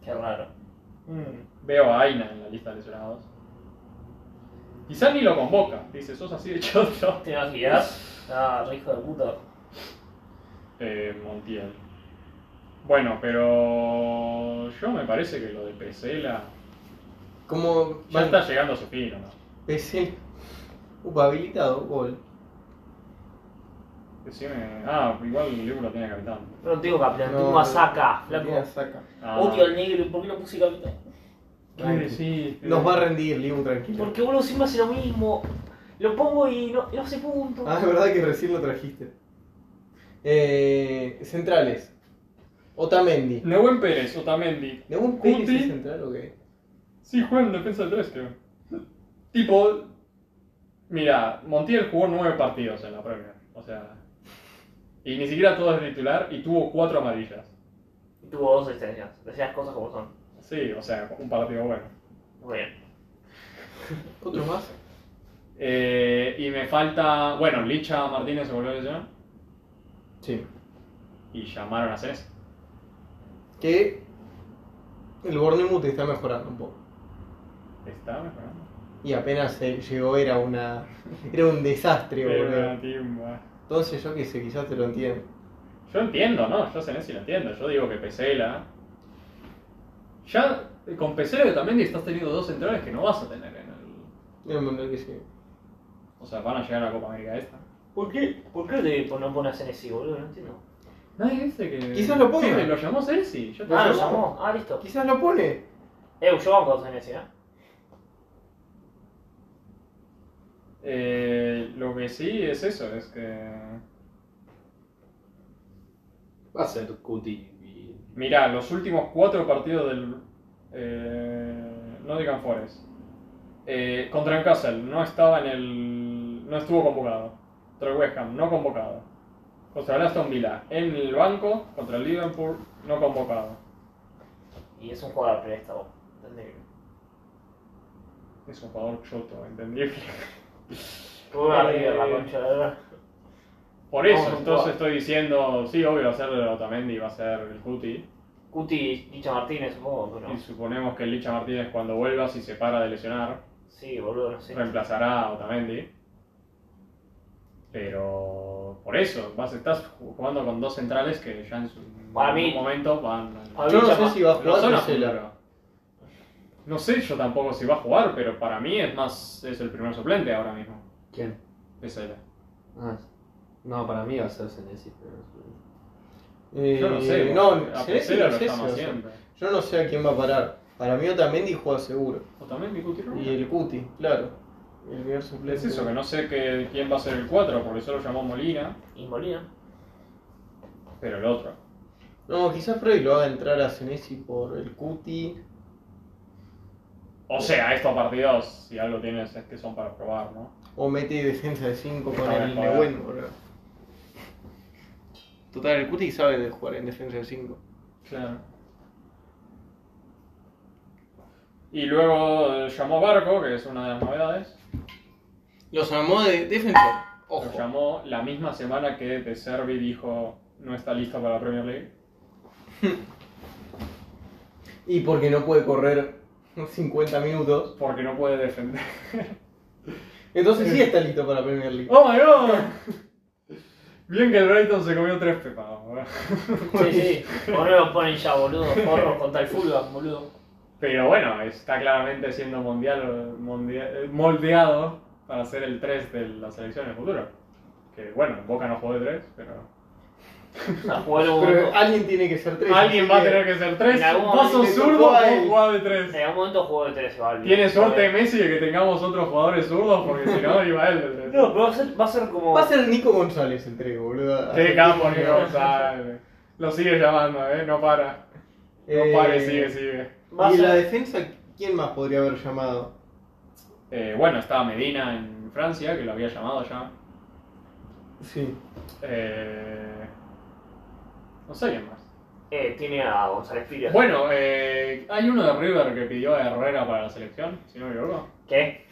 Speaker 3: Qué raro.
Speaker 5: Veo a Aina en la lista de lesionados. Quizás ni lo convoca. Dice, sos así de choto.
Speaker 3: ¿Te imaginas? Ah, re hijo de puta.
Speaker 5: Eh, Montiel. Bueno, pero yo me parece que lo de Pesela
Speaker 4: Como
Speaker 5: ya está llegando a su fin, ¿o ¿no?
Speaker 4: PC. Upa, habilitado, gol.
Speaker 5: Decime, ah, igual Liverpool lo tiene capitán.
Speaker 3: No tengo capitán,
Speaker 4: No,
Speaker 3: tengo a Saka,
Speaker 4: no
Speaker 3: flaco.
Speaker 4: tiene saca.
Speaker 5: Ah,
Speaker 3: Odio al negro, ¿y ¿por qué lo puse capitán?
Speaker 5: ¿qué decís?
Speaker 4: Nos va a rendir, Liu, tranquilo.
Speaker 3: Porque boludo siempre hace lo mismo. Lo pongo y no, y no hace punto.
Speaker 4: Ah, es verdad que recién lo trajiste. Eh, centrales. Otamendi.
Speaker 5: Nehuen Pérez, Otamendi.
Speaker 4: ¿De un Pérez
Speaker 5: Guti.
Speaker 4: es central o qué?
Speaker 5: Sí, juega en defensa del 3, creo. Tipo, mira, Montiel jugó 9 partidos en la Premier. O sea, y ni siquiera todo es titular y tuvo 4 amarillas.
Speaker 3: Y Tuvo dos extensiones, decías las cosas como son.
Speaker 5: Sí, o sea, un partido bueno.
Speaker 3: Muy bien.
Speaker 4: ¿Otro más?
Speaker 5: Eh, y me falta, bueno, Licha Martínez se volvió a lesionar
Speaker 4: Sí.
Speaker 5: y llamaron a Cés.
Speaker 4: Que el Bournemouth está mejorando un poco.
Speaker 5: Está mejorando.
Speaker 4: Y apenas eh, llegó era una. Era un desastre,
Speaker 5: Pero,
Speaker 4: boludo.
Speaker 5: timba.
Speaker 4: Entonces yo que sé, quizás te lo entiendo.
Speaker 5: Yo entiendo, ¿no? Yo sé si lo entiendo. Yo digo que Pesela. Ya eh, con Pesela que también estás teniendo dos centrales que no vas a tener en el.
Speaker 4: Era un mundial que sí.
Speaker 5: O sea, van a llegar a la Copa América esta.
Speaker 3: ¿Por qué? ¿Por qué te pon- no pones en ese boludo? No entiendo.
Speaker 5: Nadie dice que.
Speaker 4: Quizás lo ponga.
Speaker 5: Sí, lo llamó Celsi. Yo
Speaker 3: Ah,
Speaker 5: también
Speaker 3: lo
Speaker 5: lo llamo.
Speaker 3: llamó. Ah, listo.
Speaker 4: Quizás lo pone.
Speaker 3: Eh, yo banco a Senesi, ¿eh?
Speaker 5: Eh, lo que sí es eso, es que.
Speaker 2: Va a ser Cuti y.
Speaker 5: Mirá, los últimos cuatro partidos del. Eh, Nottingham Forest. Eh, contra Newcastle no estaba en el. No estuvo convocado. Contra el West Ham, no convocado. Contra el Aston Villa, en el banco. Contra el Liverpool, no convocado.
Speaker 3: Y es un jugador préstamo del negro.
Speaker 5: Es un jugador choto, entendible.
Speaker 3: Rubén arriba,
Speaker 5: Eh,
Speaker 3: la concha de la verdad.
Speaker 5: Por eso,
Speaker 3: Vamos a
Speaker 5: entonces
Speaker 3: jugar.
Speaker 5: estoy diciendo, sí, obvio, va a ser Otamendi, va a ser el Cuti.
Speaker 3: Cuti y Licha Martínez, supongo, pero.
Speaker 5: Y suponemos que Licha Martínez, cuando vuelva, si se para de lesionar,
Speaker 3: Sí, boludo, no sé.
Speaker 5: reemplazará a Otamendi. Pero por eso, vas, estás jugando con dos centrales que ya en su
Speaker 3: Para
Speaker 5: en
Speaker 3: mí-
Speaker 5: algún momento van.
Speaker 3: para mí
Speaker 4: Yo no
Speaker 3: Chapa.
Speaker 4: sé si va a
Speaker 5: No,
Speaker 4: jugar
Speaker 5: son a
Speaker 4: Pesela.
Speaker 5: futuro. no sé yo tampoco si va a jugar, pero para mí es más es el primer suplente ahora mismo.
Speaker 2: ¿Quién?
Speaker 5: Es él.
Speaker 2: Ah, no, para mí va a ser Senesi, pero.
Speaker 4: Eh,
Speaker 5: Yo no sé,
Speaker 4: no,
Speaker 5: a
Speaker 4: Celeste
Speaker 5: Pesela
Speaker 4: no
Speaker 5: lo
Speaker 4: sé si va a
Speaker 5: estamos
Speaker 4: ser.
Speaker 5: haciendo.
Speaker 4: Yo no sé a quién va a parar. Para mí Otamendi juega seguro.
Speaker 5: Otamendi, Cuti Romero.
Speaker 4: Y el Cuti, claro. El primer suplente.
Speaker 5: Es eso, que no sé que- quién va a ser el 4, porque solo llamó Molina,
Speaker 3: Y Molina.
Speaker 5: pero el otro.
Speaker 4: No, quizás Freddy lo haga entrar a Senesi por el Cuti.
Speaker 5: O sea, estos partidos, si algo tienes, es que son para probar, ¿no?
Speaker 4: O mete defensa de 5 con
Speaker 5: Joder,
Speaker 4: el
Speaker 5: joder.
Speaker 4: Nehuen, boludo. Total, el Cuti sabe de jugar en defensa de 5.
Speaker 5: Claro. Y luego eh, llamó Barco, que es una de las novedades.
Speaker 4: Los armó de defensor.
Speaker 5: Lo llamó la misma semana que De Servi dijo, no está listo para la Premier League.
Speaker 4: Y porque no puede correr 50 minutos.
Speaker 5: Porque no puede defender.
Speaker 4: Entonces sí está listo para Premier League.
Speaker 5: ¡Oh my god! Bien que el Brighton se comió tres pepados. ¿verdad?
Speaker 3: Sí, sí. Por no lo ponen ya, boludo. Porros contra el Fulham, boludo.
Speaker 5: Pero bueno, está claramente siendo mundial, mundial- eh, moldeado para ser el 3 de la selección en el futuro. Que bueno, Boca no jugó de 3, pero.
Speaker 3: A jugar un
Speaker 4: Pero alguien tiene que ser tres.
Speaker 5: Alguien
Speaker 4: así
Speaker 5: va a
Speaker 4: que-
Speaker 5: tener que ser 3.
Speaker 3: En algún
Speaker 5: Paso
Speaker 4: momento
Speaker 5: zurdo
Speaker 4: tocó a
Speaker 5: o
Speaker 4: él.
Speaker 5: jugado de 3.
Speaker 3: En algún momento jugó de 13, ¿vale?
Speaker 5: Tiene suerte
Speaker 3: Joder.
Speaker 5: Messi de que tengamos otros jugadores zurdos, porque si no, iba él de 3.
Speaker 3: No, pero va a ser, va a ser como.
Speaker 4: Va a ser Nico González el tres, boludo.
Speaker 5: Qué campo, Nico González. Lo sigue llamando, ¿eh? No para. No
Speaker 4: Eh,
Speaker 5: pare, sigue, sigue.
Speaker 3: Va a
Speaker 4: ¿Y la
Speaker 3: ser-
Speaker 4: defensa quién más podría haber llamado?
Speaker 5: Eh, bueno, estaba Medina en Francia, que lo había llamado ya.
Speaker 4: Sí.
Speaker 5: Eh, no sé quién más.
Speaker 3: Eh, tiene a González Pires.
Speaker 5: Bueno, eh, hay uno de River que pidió a Herrera para la selección, si no me equivoco.
Speaker 3: ¿Qué?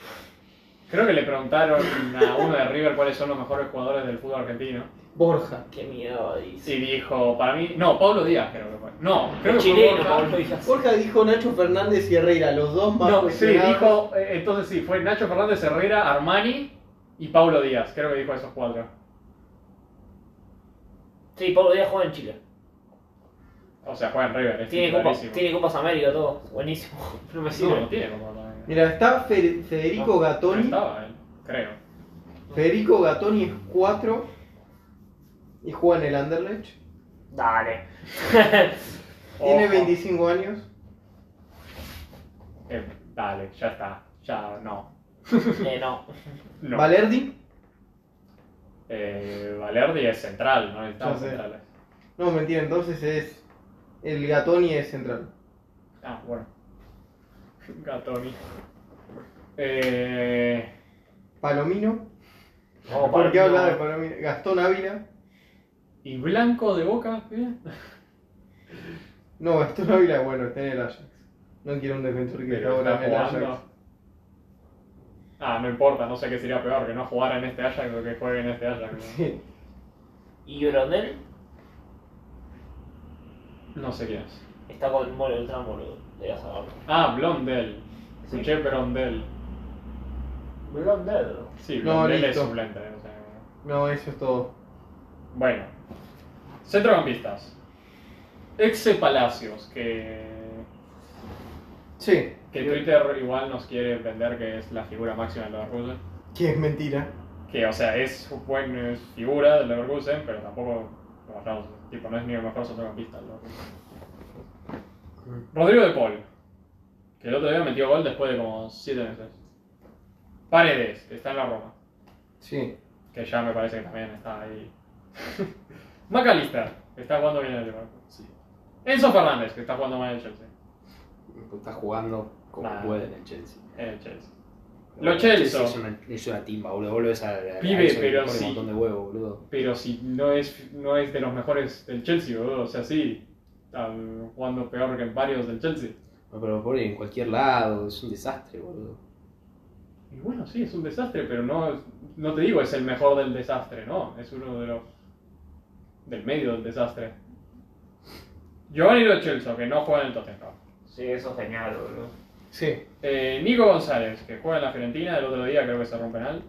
Speaker 5: Creo que le preguntaron a uno de River cuáles son los mejores jugadores del fútbol argentino.
Speaker 4: Borja.
Speaker 3: Qué miedo, dice.
Speaker 5: Y dijo, para mí, no, Pablo Díaz creo que fue. No, creo que
Speaker 3: Chileno,
Speaker 5: fue
Speaker 3: Pablo
Speaker 5: Borja.
Speaker 3: Díaz.
Speaker 4: Borja dijo Nacho Fernández y Herrera, los dos más
Speaker 5: No, sí,
Speaker 4: cuestionados.
Speaker 5: dijo, eh, entonces sí, fue Nacho Fernández Herrera, Armani y Pablo Díaz. Creo que dijo esos cuatro.
Speaker 3: Sí, Pablo Díaz juega en Chile.
Speaker 5: O sea, juega en River, es
Speaker 3: Tiene, copa,
Speaker 5: titularísimo.
Speaker 3: tiene Copas América, todo. Buenísimo. No me
Speaker 5: No,
Speaker 3: sirve.
Speaker 5: no tiene como todavía.
Speaker 4: Mira, está Fe- Federico
Speaker 5: No, No
Speaker 4: Gatoni.
Speaker 5: estaba él, creo.
Speaker 4: Federico Gatoni es 4 y juega en el Anderlecht.
Speaker 3: Dale. Eh,
Speaker 4: Tiene
Speaker 5: Ojo.
Speaker 4: 25 años.
Speaker 5: Eh, dale, ya está. Ya, no.
Speaker 3: eh, no.
Speaker 5: no.
Speaker 4: Valerdi.
Speaker 5: Eh, Valerdi es central, no necesitamos
Speaker 4: Ya sé.
Speaker 5: centrales.
Speaker 4: No, mentira, entonces es. El Gatoni es central.
Speaker 5: Ah, bueno. Gatoni. Eh,
Speaker 4: Palomino.
Speaker 3: No,
Speaker 4: ¿Por qué
Speaker 3: Pablo,
Speaker 4: habla de
Speaker 3: no.
Speaker 4: Palomino? Gastón Ávila.
Speaker 5: y Blanco de Boca, bien.
Speaker 4: No, Gastón Ávila, bueno, está en el Ajax. No quiero un defensor que esté
Speaker 5: Pero está
Speaker 4: ahora en el Ajax.
Speaker 5: jugando. Ah, no importa, no sé qué sería peor, que no jugara en este Ajax o que juegue en este Ajax. ¿no?
Speaker 4: Sí.
Speaker 3: Y Grondel
Speaker 5: No sé quién es.
Speaker 3: está con Molo el tramo, boludo. Debías saberlo.
Speaker 5: Ah, Blondel.
Speaker 3: Sí.
Speaker 5: Escuché Blondel.
Speaker 3: Grondel.
Speaker 5: Sí,
Speaker 4: No,
Speaker 5: Blondel es
Speaker 4: listo.
Speaker 5: suplente. o sea,
Speaker 4: No, eso es todo.
Speaker 5: Bueno, centrocampistas. Exe Palacios, que,
Speaker 4: Sí,
Speaker 5: que Twitter igual nos quiere vender que es la figura máxima de Leverkusen.
Speaker 4: que es mentira.
Speaker 5: Que, o sea, es buena figura del Leverkusen, pero tampoco lo bajamos. Tipo, no es ni el mejor centrocampista del Leverkusen. Rodrigo de Paul, que el otro día metió gol después de como 7 meses. Paredes, que está en la Roma,
Speaker 4: Sí.
Speaker 5: que ya me parece que también está ahí. McAllister, que está jugando bien en el Leverkusen.
Speaker 2: Sí.
Speaker 5: Enzo Fernández, que está jugando mal en el Chelsea.
Speaker 2: Está jugando como
Speaker 5: Nah.
Speaker 2: puede en el Chelsea.
Speaker 5: En el Chelsea.
Speaker 2: Pero
Speaker 5: Lo
Speaker 2: el
Speaker 5: Chelsea.
Speaker 2: Es una, es una timba, boludo. Vos lo ves a, a-
Speaker 5: Pibe,
Speaker 2: a eso y le
Speaker 5: pero
Speaker 2: pone
Speaker 5: sí.
Speaker 2: un montón de huevo, boludo.
Speaker 5: Pero si no es, no es de los mejores del Chelsea, boludo. O sea, sí. Está jugando peor que varios del Chelsea.
Speaker 2: No, pero lo pone en cualquier lado. Es un desastre, boludo.
Speaker 5: Y bueno, sí, es un desastre, pero no, no te digo es el mejor del desastre, no. Es uno de los. del medio del desastre. Giovanni Lo Celso, que no juega en el Tottenham.
Speaker 3: Sí, eso es genial, boludo.
Speaker 4: Sí.
Speaker 5: Eh, Nico González, que juega en la Fiorentina, el otro día creo que cerró un penal.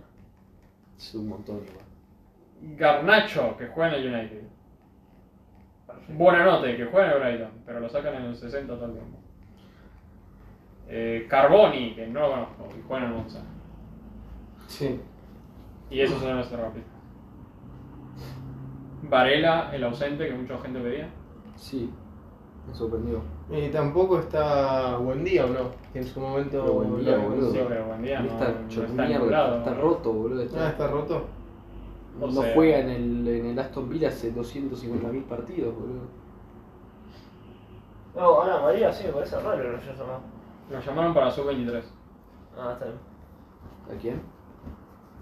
Speaker 2: Es un montón igual.
Speaker 5: Garnacho, que juega en el United. Buenanote, que juega en el Brighton, pero lo sacan en el 60 todo el tiempo. Eh, Carboni, que no lo conozco, que juega en el Monza.
Speaker 4: Sí.
Speaker 5: Y esos son nuestros rápidos. Varela, el ausente, que mucha gente pedía.
Speaker 2: Sí. Me sorprendió.
Speaker 4: Y tampoco está buen día o no. Que en su momento.
Speaker 2: Pero Buendía,
Speaker 4: lo había
Speaker 2: boludo.
Speaker 5: Sí,
Speaker 4: usado.
Speaker 5: pero buen día, no,
Speaker 2: está
Speaker 5: no
Speaker 2: hecho
Speaker 5: está
Speaker 2: mierda,
Speaker 5: nublado.
Speaker 2: está roto, boludo. está-
Speaker 4: Ah, está roto.
Speaker 5: O
Speaker 2: no
Speaker 5: sea-
Speaker 2: juega en el, en el Aston Villa hace 250.000 partidos, boludo.
Speaker 3: No, Ana María sí me parece raro que lo haya llamado.
Speaker 5: Lo llamaron para Sub-23.
Speaker 3: Ah, está bien.
Speaker 2: ¿A quién?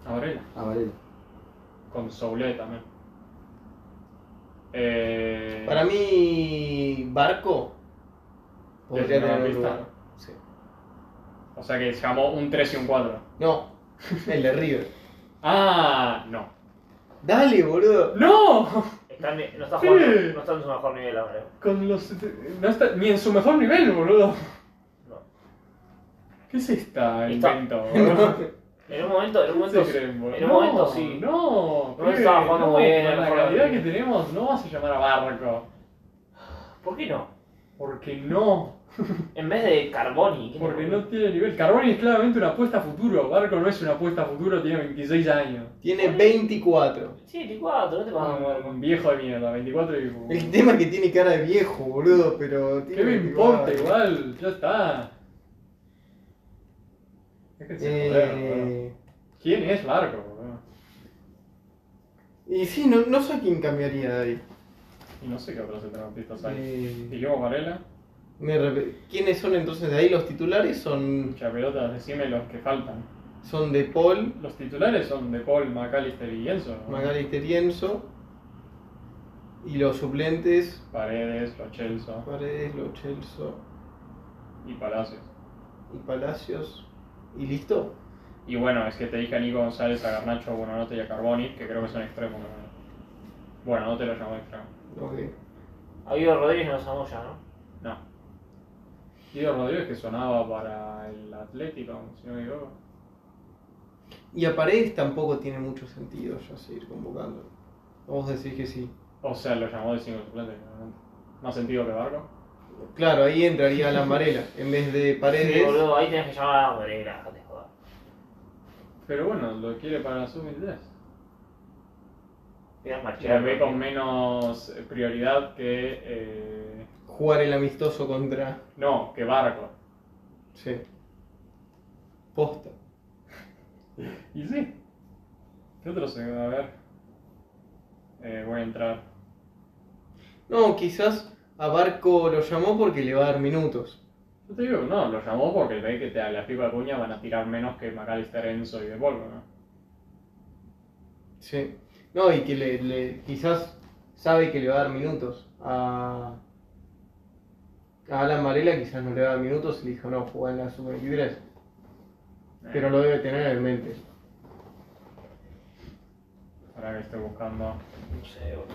Speaker 5: A Varela.
Speaker 2: A Varela.
Speaker 5: Con Soule también. Eh,
Speaker 4: Para mí, Barco podría tener un
Speaker 5: centrocampista.
Speaker 4: lugar. Sí.
Speaker 5: O sea que llamó un 3 y un 4.
Speaker 4: No, el de River.
Speaker 5: Ah, no.
Speaker 4: Dale, boludo.
Speaker 5: ¡No!
Speaker 3: también no está
Speaker 5: Sí.
Speaker 3: jugando, no está en su mejor nivel ahora.
Speaker 5: Con los. No está ni en su mejor nivel, boludo.
Speaker 3: No.
Speaker 5: ¿Qué es esta
Speaker 3: Está-
Speaker 5: invento, boludo?
Speaker 3: En un momento, en un
Speaker 5: ¿Qué
Speaker 3: momento,
Speaker 5: se creen, boludo?
Speaker 3: en un
Speaker 5: no,
Speaker 3: momento sí.
Speaker 5: No,
Speaker 3: No
Speaker 5: pibe,
Speaker 3: estaba jugando
Speaker 5: no,
Speaker 3: muy bien,
Speaker 5: Con la
Speaker 3: mejor
Speaker 5: calidad que
Speaker 3: nivel.
Speaker 5: tenemos, no vas a llamar a Barco.
Speaker 3: ¿Por qué no?
Speaker 5: Porque no.
Speaker 3: En vez de Carboni. ¿qué
Speaker 5: Porque
Speaker 3: te-
Speaker 5: no tiene nivel. Carboni es claramente una apuesta a futuro. Barco no es una apuesta a futuro, tiene 26 años.
Speaker 4: Tiene 24.
Speaker 3: Sí, 24, no te pagas
Speaker 5: Un viejo de mierda, 24 y.
Speaker 4: El tema es que tiene cara de viejo, boludo, pero.
Speaker 5: ¿Qué
Speaker 4: Tiene
Speaker 5: me
Speaker 4: 24.
Speaker 5: importa igual? Ya está. Déjense joder, boludo.
Speaker 4: Eh,
Speaker 5: ¿Quién es Barco, boludo?
Speaker 4: y sí, no, no sé a quién cambiaría de ahí.
Speaker 5: Y no sé qué otros alternativas hay.
Speaker 4: Eh,
Speaker 5: Guillermo Varela,
Speaker 4: me rep- ¿Quiénes son entonces de ahí los titulares? Son,
Speaker 5: mucha pelota, decime los que faltan.
Speaker 4: son de Paul,
Speaker 5: Los titulares son de Paul, McAllister y Enzo. ¿no?
Speaker 4: Magalister y Enzo. Y los suplentes,
Speaker 5: Paredes, Lo Celso
Speaker 4: Paredes, Lo Celso
Speaker 5: y Palacios.
Speaker 4: y Palacios. ¿Y listo?
Speaker 5: Y bueno, es que te dije a Nico González, a Garnacho, Buonanotte y a Carboni, que creo que son extremos. ¿no? Bueno, no te lo llamo extremo.
Speaker 4: Ok.
Speaker 3: A Guido Rodríguez no lo llamamos ya, ¿no?
Speaker 5: No. Guido Rodríguez que sonaba para el Atlético, si no me equivoco.
Speaker 4: Y a Paredes tampoco tiene mucho sentido ya seguir convocando. Vamos a decir que sí.
Speaker 5: O sea, lo llamó de cinco suplente. claramente. Más sentido que Barco.
Speaker 4: Claro, ahí entraría la Varela en vez de
Speaker 3: Sí,
Speaker 4: Paredes.
Speaker 3: boludo, ahí tenés que llamar a Morera, déjate joder.
Speaker 5: Pero bueno, lo quiere para la sub-23.
Speaker 3: Mira,
Speaker 5: Que ve
Speaker 3: Marchero.
Speaker 5: con menos prioridad que. eh,
Speaker 4: Jugar el amistoso contra.
Speaker 5: no, que Barco.
Speaker 4: Sí. Posta.
Speaker 5: Y sí. ¿Qué otro se va a ver? Eh, voy a entrar.
Speaker 4: No, quizás a Barco lo llamó porque le va a dar minutos.
Speaker 5: Yo te digo, no, lo llamó porque ve que te, a la pico de puña van a tirar menos que Macalister, Enzo y De Polvo, ¿no? Eh,
Speaker 4: Sí. No, y que le, le- quizás sabe que le va a dar minutos. A, a Alan Varela quizás no le va a dar minutos y dijo, no, jugar en la sub-23. Pero lo debe tener en mente.
Speaker 5: Ahora que estoy buscando.
Speaker 3: No sé, boludo.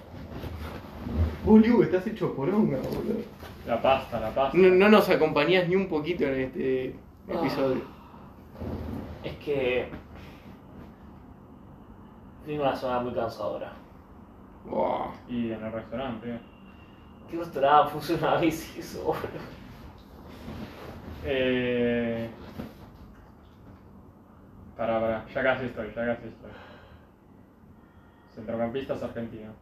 Speaker 4: Julio, estás hecho poronga, boludo.
Speaker 5: La pasta, la pasta.
Speaker 4: No, no nos acompañás ni un poquito en este
Speaker 3: Ah.
Speaker 4: episodio.
Speaker 3: Es que. Tengo una semana muy cansadora.
Speaker 4: Ah. Buah.
Speaker 5: Y en el restaurante, tío.
Speaker 3: Qué frustrada puse una vez eso, boludo.
Speaker 5: Eh... Pará, pará, ya casi estoy, ya casi estoy. Centrocampistas argentinos.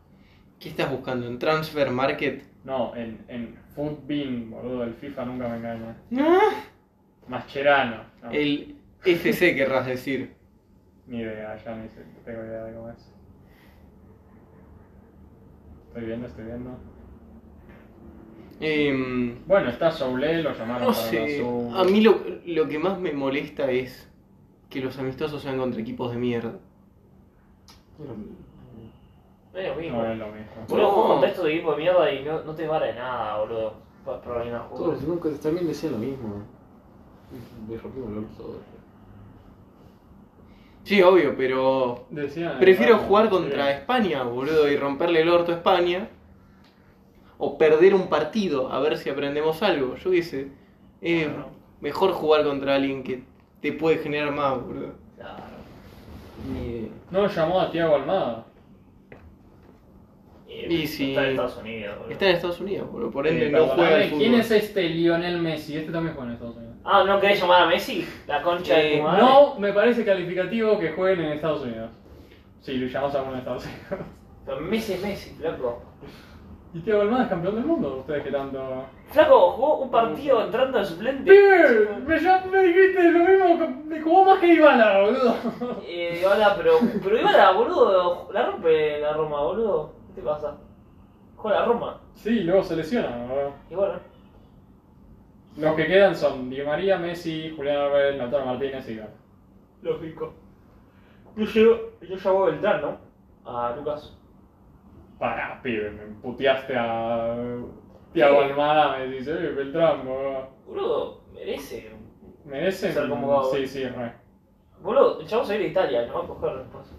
Speaker 4: ¿Qué estás buscando? ¿En Transfer Market?
Speaker 5: No, en, en Foodbean, boludo, el FIFA nunca me engaña.
Speaker 4: Ah.
Speaker 5: Mascherano. No,
Speaker 4: El FC querrás decir.
Speaker 5: Ni idea, ya ni sé- no tengo idea de cómo es. Estoy viendo, estoy viendo.
Speaker 4: Em,
Speaker 5: Bueno, está Soule, lo llamaron
Speaker 4: no
Speaker 5: para
Speaker 4: sé,
Speaker 5: la sub.
Speaker 4: a mí lo, lo que más me molesta es que los amistosos sean contra equipos de mierda.
Speaker 3: Medio mismo.
Speaker 5: No es lo mismo.
Speaker 3: Boludo,
Speaker 4: No.
Speaker 3: juego contra estos equipos de mierda y no, no te vale nada, boludo. Para problemas
Speaker 2: Todos
Speaker 3: jugadores.
Speaker 2: nunca también decían lo mismo. Me rompimos el orto todos.
Speaker 4: Sí, obvio, pero
Speaker 5: Decían-
Speaker 4: prefiero
Speaker 5: bueno,
Speaker 4: jugar
Speaker 5: eh, ah, sí.
Speaker 4: contra este. España, boludo, y romperle el orto a España. O perder un partido, a ver si aprendemos algo. Yo qué sé. Eh,
Speaker 5: Ah,
Speaker 3: Claro.
Speaker 4: mejor jugar contra alguien que te puede generar más, boludo.
Speaker 3: Claro.
Speaker 2: Ni-
Speaker 5: No, llamó a Tiago Almada.
Speaker 4: Y si-
Speaker 3: Eh, Está en Estados Unidos, boludo.
Speaker 4: Está en Estados Unidos, boludo, por ende
Speaker 5: Eh,
Speaker 4: no
Speaker 5: perdóname,
Speaker 4: juega al fútbol.
Speaker 5: ¿Quién es este Lionel Messi? Este también juega en Estados Unidos.
Speaker 3: Ah, ¿no querés llamar a Messi? La concha de
Speaker 4: Eh,
Speaker 3: tu madre.
Speaker 5: No me parece calificativo que jueguen en Estados Unidos. Sí, lo llamamos a uno de Estados Unidos.
Speaker 3: Pero Messi es Messi, flaco.
Speaker 5: Y Thiago Almada es campeón del mundo, ustedes que tanto.
Speaker 3: Flaco, jugó un
Speaker 4: Mm.
Speaker 3: partido entrando de suplente.
Speaker 5: ¡Pibe! Me, llam- me dijiste lo mismo, me jugó más que Ibala, boludo.
Speaker 3: Eh, hola, pero, pero Ibala, boludo, la rompe la Roma, boludo. ¿Qué te pasa? Juega la Roma.
Speaker 5: Sí, luego se lesiona, boludo.
Speaker 3: Y bueno,
Speaker 5: Los que quedan son Di María, Messi, Julián Álvarez, Lautaro Martínez y Ibala.
Speaker 3: lógico. Yo llevo, yo llamo a Beltrán, ¿no? A Lucas.
Speaker 5: Pará, pibe, me puteaste a. Tiago Almada, me dice, "Eh, Beltrán, boludo.
Speaker 3: Boludo, merece.
Speaker 5: Merecen.
Speaker 3: Ser convocado.
Speaker 5: Sí, sí, re.
Speaker 3: Boludo, el chabón se va a ir a Italia, no va a coger después.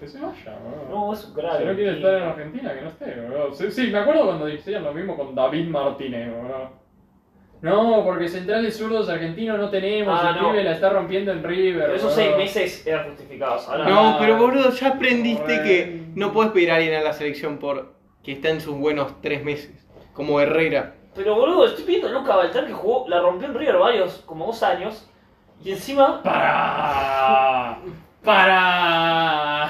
Speaker 5: Que se vaya, boludo.
Speaker 3: No, es un crack.
Speaker 5: Si no
Speaker 3: el
Speaker 5: quiere
Speaker 3: tipo.
Speaker 5: estar en Argentina, que no esté, boludo. Sí, sí, me acuerdo cuando decían lo mismo con David Martínez, boludo. No, porque centrales zurdos argentinos no tenemos,
Speaker 3: Ah,
Speaker 5: el
Speaker 3: no.
Speaker 5: pibe la está rompiendo en River.
Speaker 3: Pero esos
Speaker 5: boludo.
Speaker 3: seis meses eran justificados. Ahora,
Speaker 4: No, pero boludo, ya aprendiste
Speaker 5: Bueno.
Speaker 4: que no puedes pedir a alguien a la selección por que está en sus buenos tres meses. Como Herrera.
Speaker 3: Pero boludo, estoy viendo a Luca Baltar que jugó, la rompió en River varios, como dos años. Y encima,
Speaker 5: ¡Para! ¡Para!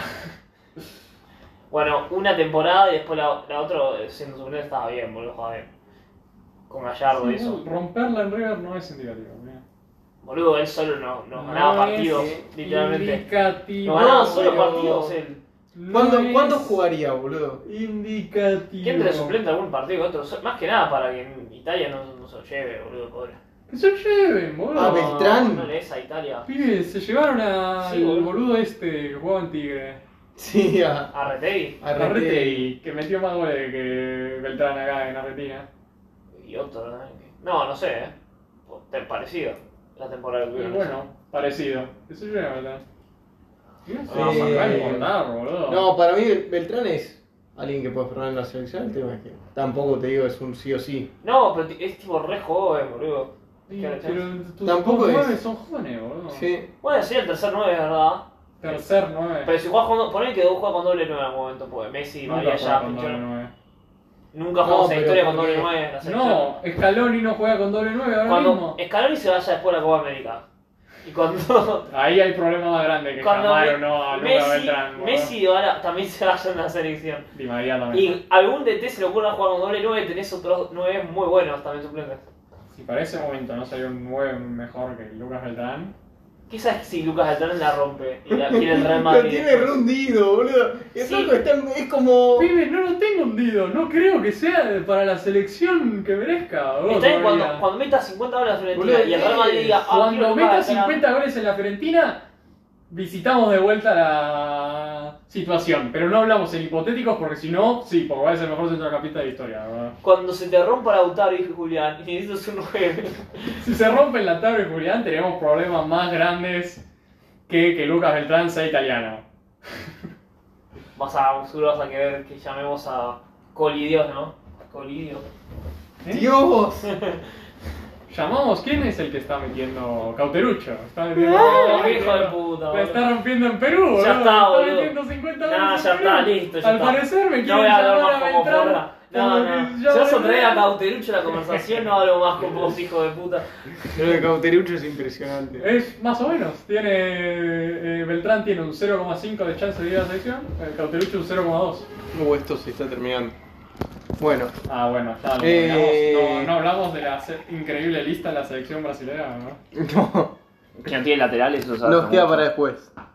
Speaker 3: bueno, una temporada y después la, la otra, eh, siendo suplente, estaba bien, boludo, jugaba bien. Con Gallardo y eso.
Speaker 5: Romperla en River no es indicativo, mira.
Speaker 3: Boludo, él solo no, no
Speaker 5: No
Speaker 3: ganaba
Speaker 5: es
Speaker 3: partidos, literalmente.
Speaker 5: Indicativo.
Speaker 3: No ganaba
Speaker 5: solo
Speaker 3: solo partidos eh. él.
Speaker 4: ¿Cuándo, ¿cuándo jugaría, boludo?
Speaker 5: Indicativo.
Speaker 3: Que entre suplente algún partido que otro. so- Más que nada para que en Italia no, no se lo lleve, boludo, pobre.
Speaker 5: Que se lleven, boludo.
Speaker 4: Ah,
Speaker 3: No,
Speaker 4: Beltrán.
Speaker 3: No le des a Italia.
Speaker 5: Pibes, se llevaron al
Speaker 3: Sí, boludo.
Speaker 5: boludo este que jugaba en Tigre.
Speaker 4: Sí, a,
Speaker 3: A Retegui
Speaker 4: a
Speaker 5: Arrete, que metió más goles que Beltrán acá en Argentina.
Speaker 3: y otro, ¿no? No, no sé, eh. Te- Parecido. La temporada que
Speaker 5: Pero
Speaker 3: tuvieron.
Speaker 5: bueno, parecido. Que se lleven, Beltrán. No sé,
Speaker 4: Sí.
Speaker 5: sacar y cortar, boludo.
Speaker 4: No, para mí Bel- Beltrán es alguien que puede formar en la selección. El tema es que tampoco te digo es un sí o sí.
Speaker 3: No, pero ti- es tipo re joven, boludo.
Speaker 5: Sí,
Speaker 3: ¿Qué era,
Speaker 5: pero
Speaker 3: chance?
Speaker 5: tus
Speaker 4: Tampoco
Speaker 5: dos
Speaker 4: es-
Speaker 5: nueve son jóvenes, boludo.
Speaker 4: Sí.
Speaker 3: Bueno, sería el tercer 9, ¿verdad?
Speaker 5: Tercer nueve.
Speaker 3: Pero si jugás con. Ponen que juega con doble 9 en algún momento, porque Messi,
Speaker 5: Nunca
Speaker 3: María,
Speaker 5: juega
Speaker 3: ya,
Speaker 5: con doble
Speaker 3: Pichón.
Speaker 5: nueve.
Speaker 3: Nunca
Speaker 4: No,
Speaker 3: jugamos en la
Speaker 4: pero
Speaker 3: historia con doble
Speaker 4: porque-
Speaker 3: 9 en la selección.
Speaker 5: No, Scaloni no juega con doble nueve ahora
Speaker 3: Cuando
Speaker 5: mismo.
Speaker 3: Scaloni se vaya después a la Copa América. Y cuando.
Speaker 5: Ahí hay problema más grande que
Speaker 3: cuando
Speaker 5: llamaron no a Luca
Speaker 3: Messi,
Speaker 5: Beltrán. boludo.
Speaker 3: Messi ahora también se vaya en la selección.
Speaker 5: Di María también.
Speaker 3: Y algún DT se le ocurra jugar con doble 9, tenés otros 9 muy buenos también suplentes.
Speaker 5: Si para ese momento no salió un 9 mejor que Lucas Beltrán.
Speaker 3: ¿Qué sabes si Lucas Altán la rompe y la quiere el Real Madrid? pues.
Speaker 4: Lo tiene rundido, boludo. Es
Speaker 3: Sí.
Speaker 4: algo que está- es como.
Speaker 5: Pibe, no lo tengo hundido. No creo que sea para la selección que merezca. boludo,
Speaker 3: Está bien
Speaker 5: todavía.
Speaker 3: cuando, cuando metas 50 dólares en Fiorentina
Speaker 4: Boludo,
Speaker 3: y el Real Madrid diga, ah,
Speaker 5: Cuando
Speaker 3: quiero
Speaker 5: meta
Speaker 3: jugar acá.
Speaker 5: 50 goles en la Fiorentina, visitamos de vuelta la situación. Pero no hablamos en hipotéticos porque si no, sí, porque va a ser el mejor centrocampista de la historia. ¿verdad?
Speaker 3: Cuando se te rompa Lautaro y Julián y necesitas un 9.
Speaker 5: Si se rompen la tabla y Julián, tenemos problemas más grandes que que Lucas Beltrán sea italiano.
Speaker 3: Vas a seguro vas a querer que llamemos a Colidios, ¿no? Colidios.
Speaker 5: ¿Eh?
Speaker 4: Dios.
Speaker 5: Llamamos, ¿quién es el que está metiendo Cauterucho? Está metiendo.
Speaker 3: Ah, hijo de puta,
Speaker 5: La
Speaker 3: boludo.
Speaker 5: está rompiendo en Perú, boludo.
Speaker 3: Ya está, boludo.
Speaker 5: metiendo 50
Speaker 3: Nah,
Speaker 5: dólares
Speaker 3: ya
Speaker 5: en Perú.
Speaker 3: está, listo, ya
Speaker 5: Al
Speaker 3: está.
Speaker 5: parecer me
Speaker 3: No
Speaker 5: quieren
Speaker 3: voy a
Speaker 5: llamar
Speaker 3: hablar
Speaker 5: a
Speaker 3: más como
Speaker 5: Beltrán.
Speaker 3: porra. No,
Speaker 5: como
Speaker 3: no.
Speaker 5: que
Speaker 3: Si
Speaker 5: ya
Speaker 3: vas a
Speaker 5: Beltrán-
Speaker 3: traer a Cauterucho a la conversación, no hablo más con vos, hijo de puta.
Speaker 4: Lo de Cauterucho es impresionante.
Speaker 5: Es más o menos. Tiene, eh, Beltrán tiene un 0,5 de chance de ir a la selección. el Cauterucho un 0,2.
Speaker 4: Uh, esto se está terminando. Bueno,
Speaker 5: Ah, bueno, está. lo
Speaker 4: Eh.
Speaker 5: hablamos. No, no hablamos de la se- increíble lista de la selección brasileña, ¿no?
Speaker 4: no.
Speaker 2: Que no tiene laterales, o sea,
Speaker 4: Nos queda para después.